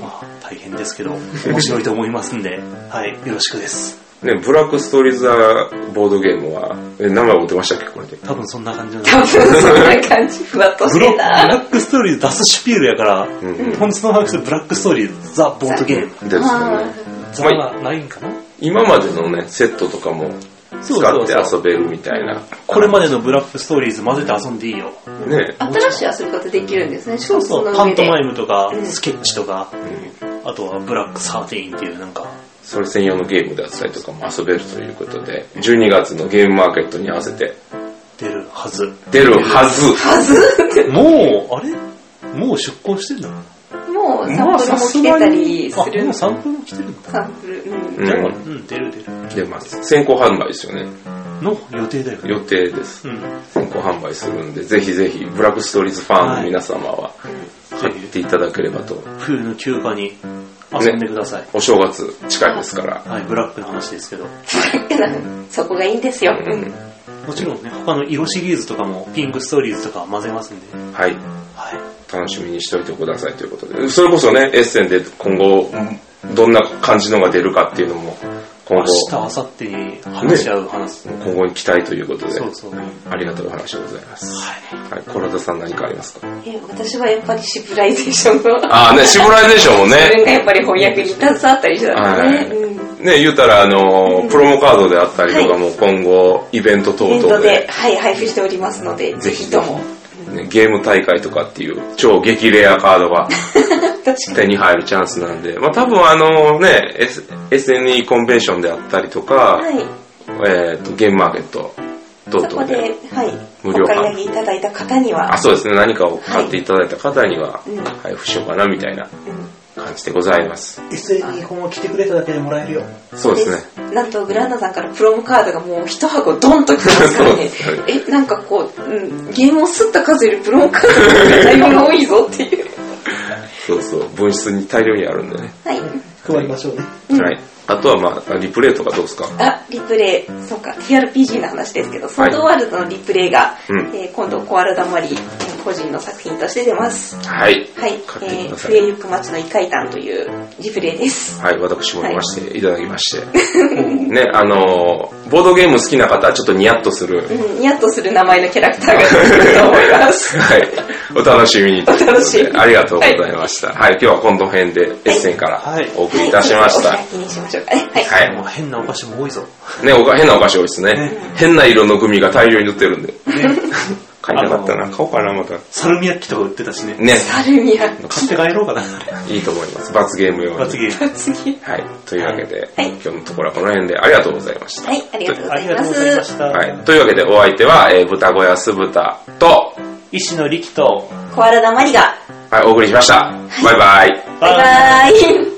Speaker 10: まあ、大変ですけど、面白いと思いますんで、はい、よろしくです。
Speaker 1: ね、ブラックストーリーズ・ボードゲームは、え、名前を出ましたっけ、これで。
Speaker 10: 多分そんな感じの。
Speaker 8: 多分そんな感じ、ふわっとし
Speaker 10: ブロ
Speaker 8: て
Speaker 10: ブ
Speaker 8: た。
Speaker 10: ラックストーリーズダスシュピールやから、
Speaker 1: ん
Speaker 10: 本日の話でブラックストーリーズザ・ボードゲー
Speaker 1: で
Speaker 10: ム。
Speaker 1: すよね。
Speaker 10: ザがないんかな
Speaker 1: 今までのね、セットとかも使って遊べるみたいな。
Speaker 10: これまでのブラックストーリーズ混ぜて遊んでいいよ。
Speaker 1: ね。
Speaker 8: 新しい遊び方できるんですね。そう
Speaker 10: そう、
Speaker 8: の
Speaker 10: パ
Speaker 8: 上
Speaker 10: ン
Speaker 8: で
Speaker 10: ト。マイムとか、スケッチとか、あとはブラック13っていうなんか、
Speaker 1: それ専用のゲームであったりとかも遊べるということで、12月のゲームマーケットに合わせて
Speaker 10: 出るはず。
Speaker 1: 出るはず。
Speaker 10: もう、あれもう出稿してるんだな。
Speaker 8: もうサンプルも来てたりす
Speaker 10: あ
Speaker 8: る
Speaker 10: もうサンプルも来てるんだ。
Speaker 8: サンプル。うん。
Speaker 1: うん
Speaker 10: じゃあうん、出る出る。
Speaker 1: 出ます。先行販売ですよね。
Speaker 10: の予定だよね。
Speaker 1: 予定です。
Speaker 10: うん。
Speaker 1: 先行販売するんで、ぜひぜひ、ブラックストーリーズファンの皆様は、買っていただければと。
Speaker 10: 冬の休暇に遊んでください。
Speaker 1: お正月近いですから。
Speaker 10: はい、ブラックの話ですけど。
Speaker 8: そこがいいんですよ。
Speaker 10: もちろんね、他の色シリーズとかも、ピンクストーリーズとか混ぜますんで。
Speaker 1: はい。楽しみにしておいてくださいということで。それこそね、エッセンで今後、どんな感じのが出るかっていうのも、今
Speaker 10: 明
Speaker 1: 後、
Speaker 10: 日、明後日に話し合う話。
Speaker 1: 今後に期待ということで、
Speaker 10: そうそう。
Speaker 1: ありがたいお話でございます。はい。コロダさん何かありますか
Speaker 8: え私はやっぱりシブライゼーションの。
Speaker 1: あーねシブライゼーションもね
Speaker 8: 自分がやっぱり翻訳に携わったりしたんでね。うん。
Speaker 1: ね、言うたら、あのー、プロモカードであったりとかも、今後、イベント等
Speaker 8: イベント
Speaker 1: 々
Speaker 8: で
Speaker 1: で、、
Speaker 8: はい、配布しておりますので、
Speaker 1: ぜひとも、ねゲーム大会とかっていう、超激レアカード が手に入るチャンスなんで、まあ多分あのね、S- SNE コンベンションであったりとか、
Speaker 8: はい。
Speaker 1: えっと、ゲームマーケット等
Speaker 8: そこ
Speaker 1: 々
Speaker 8: で、
Speaker 1: で、
Speaker 8: はい。
Speaker 1: 無
Speaker 8: お
Speaker 1: 料
Speaker 8: 買い上
Speaker 1: 販
Speaker 8: げいただいた方には。
Speaker 1: あ、そうですね、何かを買っていただいた方には
Speaker 8: うん、
Speaker 1: 配布しようかな、みたいな感じでございます。
Speaker 10: SN 日本を来てくれただけでもらえるよ。
Speaker 1: そうですね。
Speaker 8: なんとグランダさんからプロムカードがもう一箱ドンと来ますからね
Speaker 1: そう
Speaker 8: えなんかこう、うん、ゲームをすった数よりプロムカードの内容が多いぞっていう
Speaker 1: そうそう、分室に大量にあるんでね。
Speaker 8: はい
Speaker 10: 配りましょうね。
Speaker 1: はい。あとは、まあ、リプレイとかどうですか
Speaker 8: あリプレイそうか TRPG の話ですけどソードワールドのリプレイが、
Speaker 1: うん
Speaker 8: えー今度コアラだまり個人の作品として出ます
Speaker 1: はい。
Speaker 8: は
Speaker 1: 買
Speaker 8: い、え
Speaker 1: ってく
Speaker 8: ー、
Speaker 1: ださ
Speaker 8: 増
Speaker 1: い
Speaker 8: えゆく街の異界譚というリプレイです
Speaker 1: はい、私も読ませていただきまして。 ね、あのー、ボードゲーム好きな方はちょっとニヤッとする。
Speaker 8: うん、ニヤッとする名前のキャラクターが出ると思いま す
Speaker 1: はい。お楽しみに。
Speaker 8: お楽しみに
Speaker 1: ありがとうございました。はい、今日は今度編でエッセンからお送りいたしました。
Speaker 8: はいお開きにしましょうかねはい
Speaker 1: はい。
Speaker 10: もう変なお菓子も多いぞ。
Speaker 1: ね、おか変なお菓子多いですね。変な色のグミが大量に売ってるんで。 買いたかったな。買おうかな、また。
Speaker 10: サルミアッキとか売ってたしね。
Speaker 1: ね、
Speaker 8: アルミア
Speaker 10: 買って帰ろうかな。
Speaker 1: いいと思います。罰ゲーム用に。
Speaker 10: 罰ゲーム。
Speaker 8: 次
Speaker 1: はい。というわけで、今日のところはこの辺でありがとうございました。
Speaker 8: はいありがとうござい
Speaker 10: ありが
Speaker 8: ま
Speaker 10: とうご
Speaker 8: す
Speaker 10: ざいました。
Speaker 1: はい。というわけで、お相手は、えー、豚小屋酢豚と、
Speaker 10: 石野力と、
Speaker 8: コアラだまりが
Speaker 1: はい、お送りしました。バイバイ。
Speaker 8: バイバイ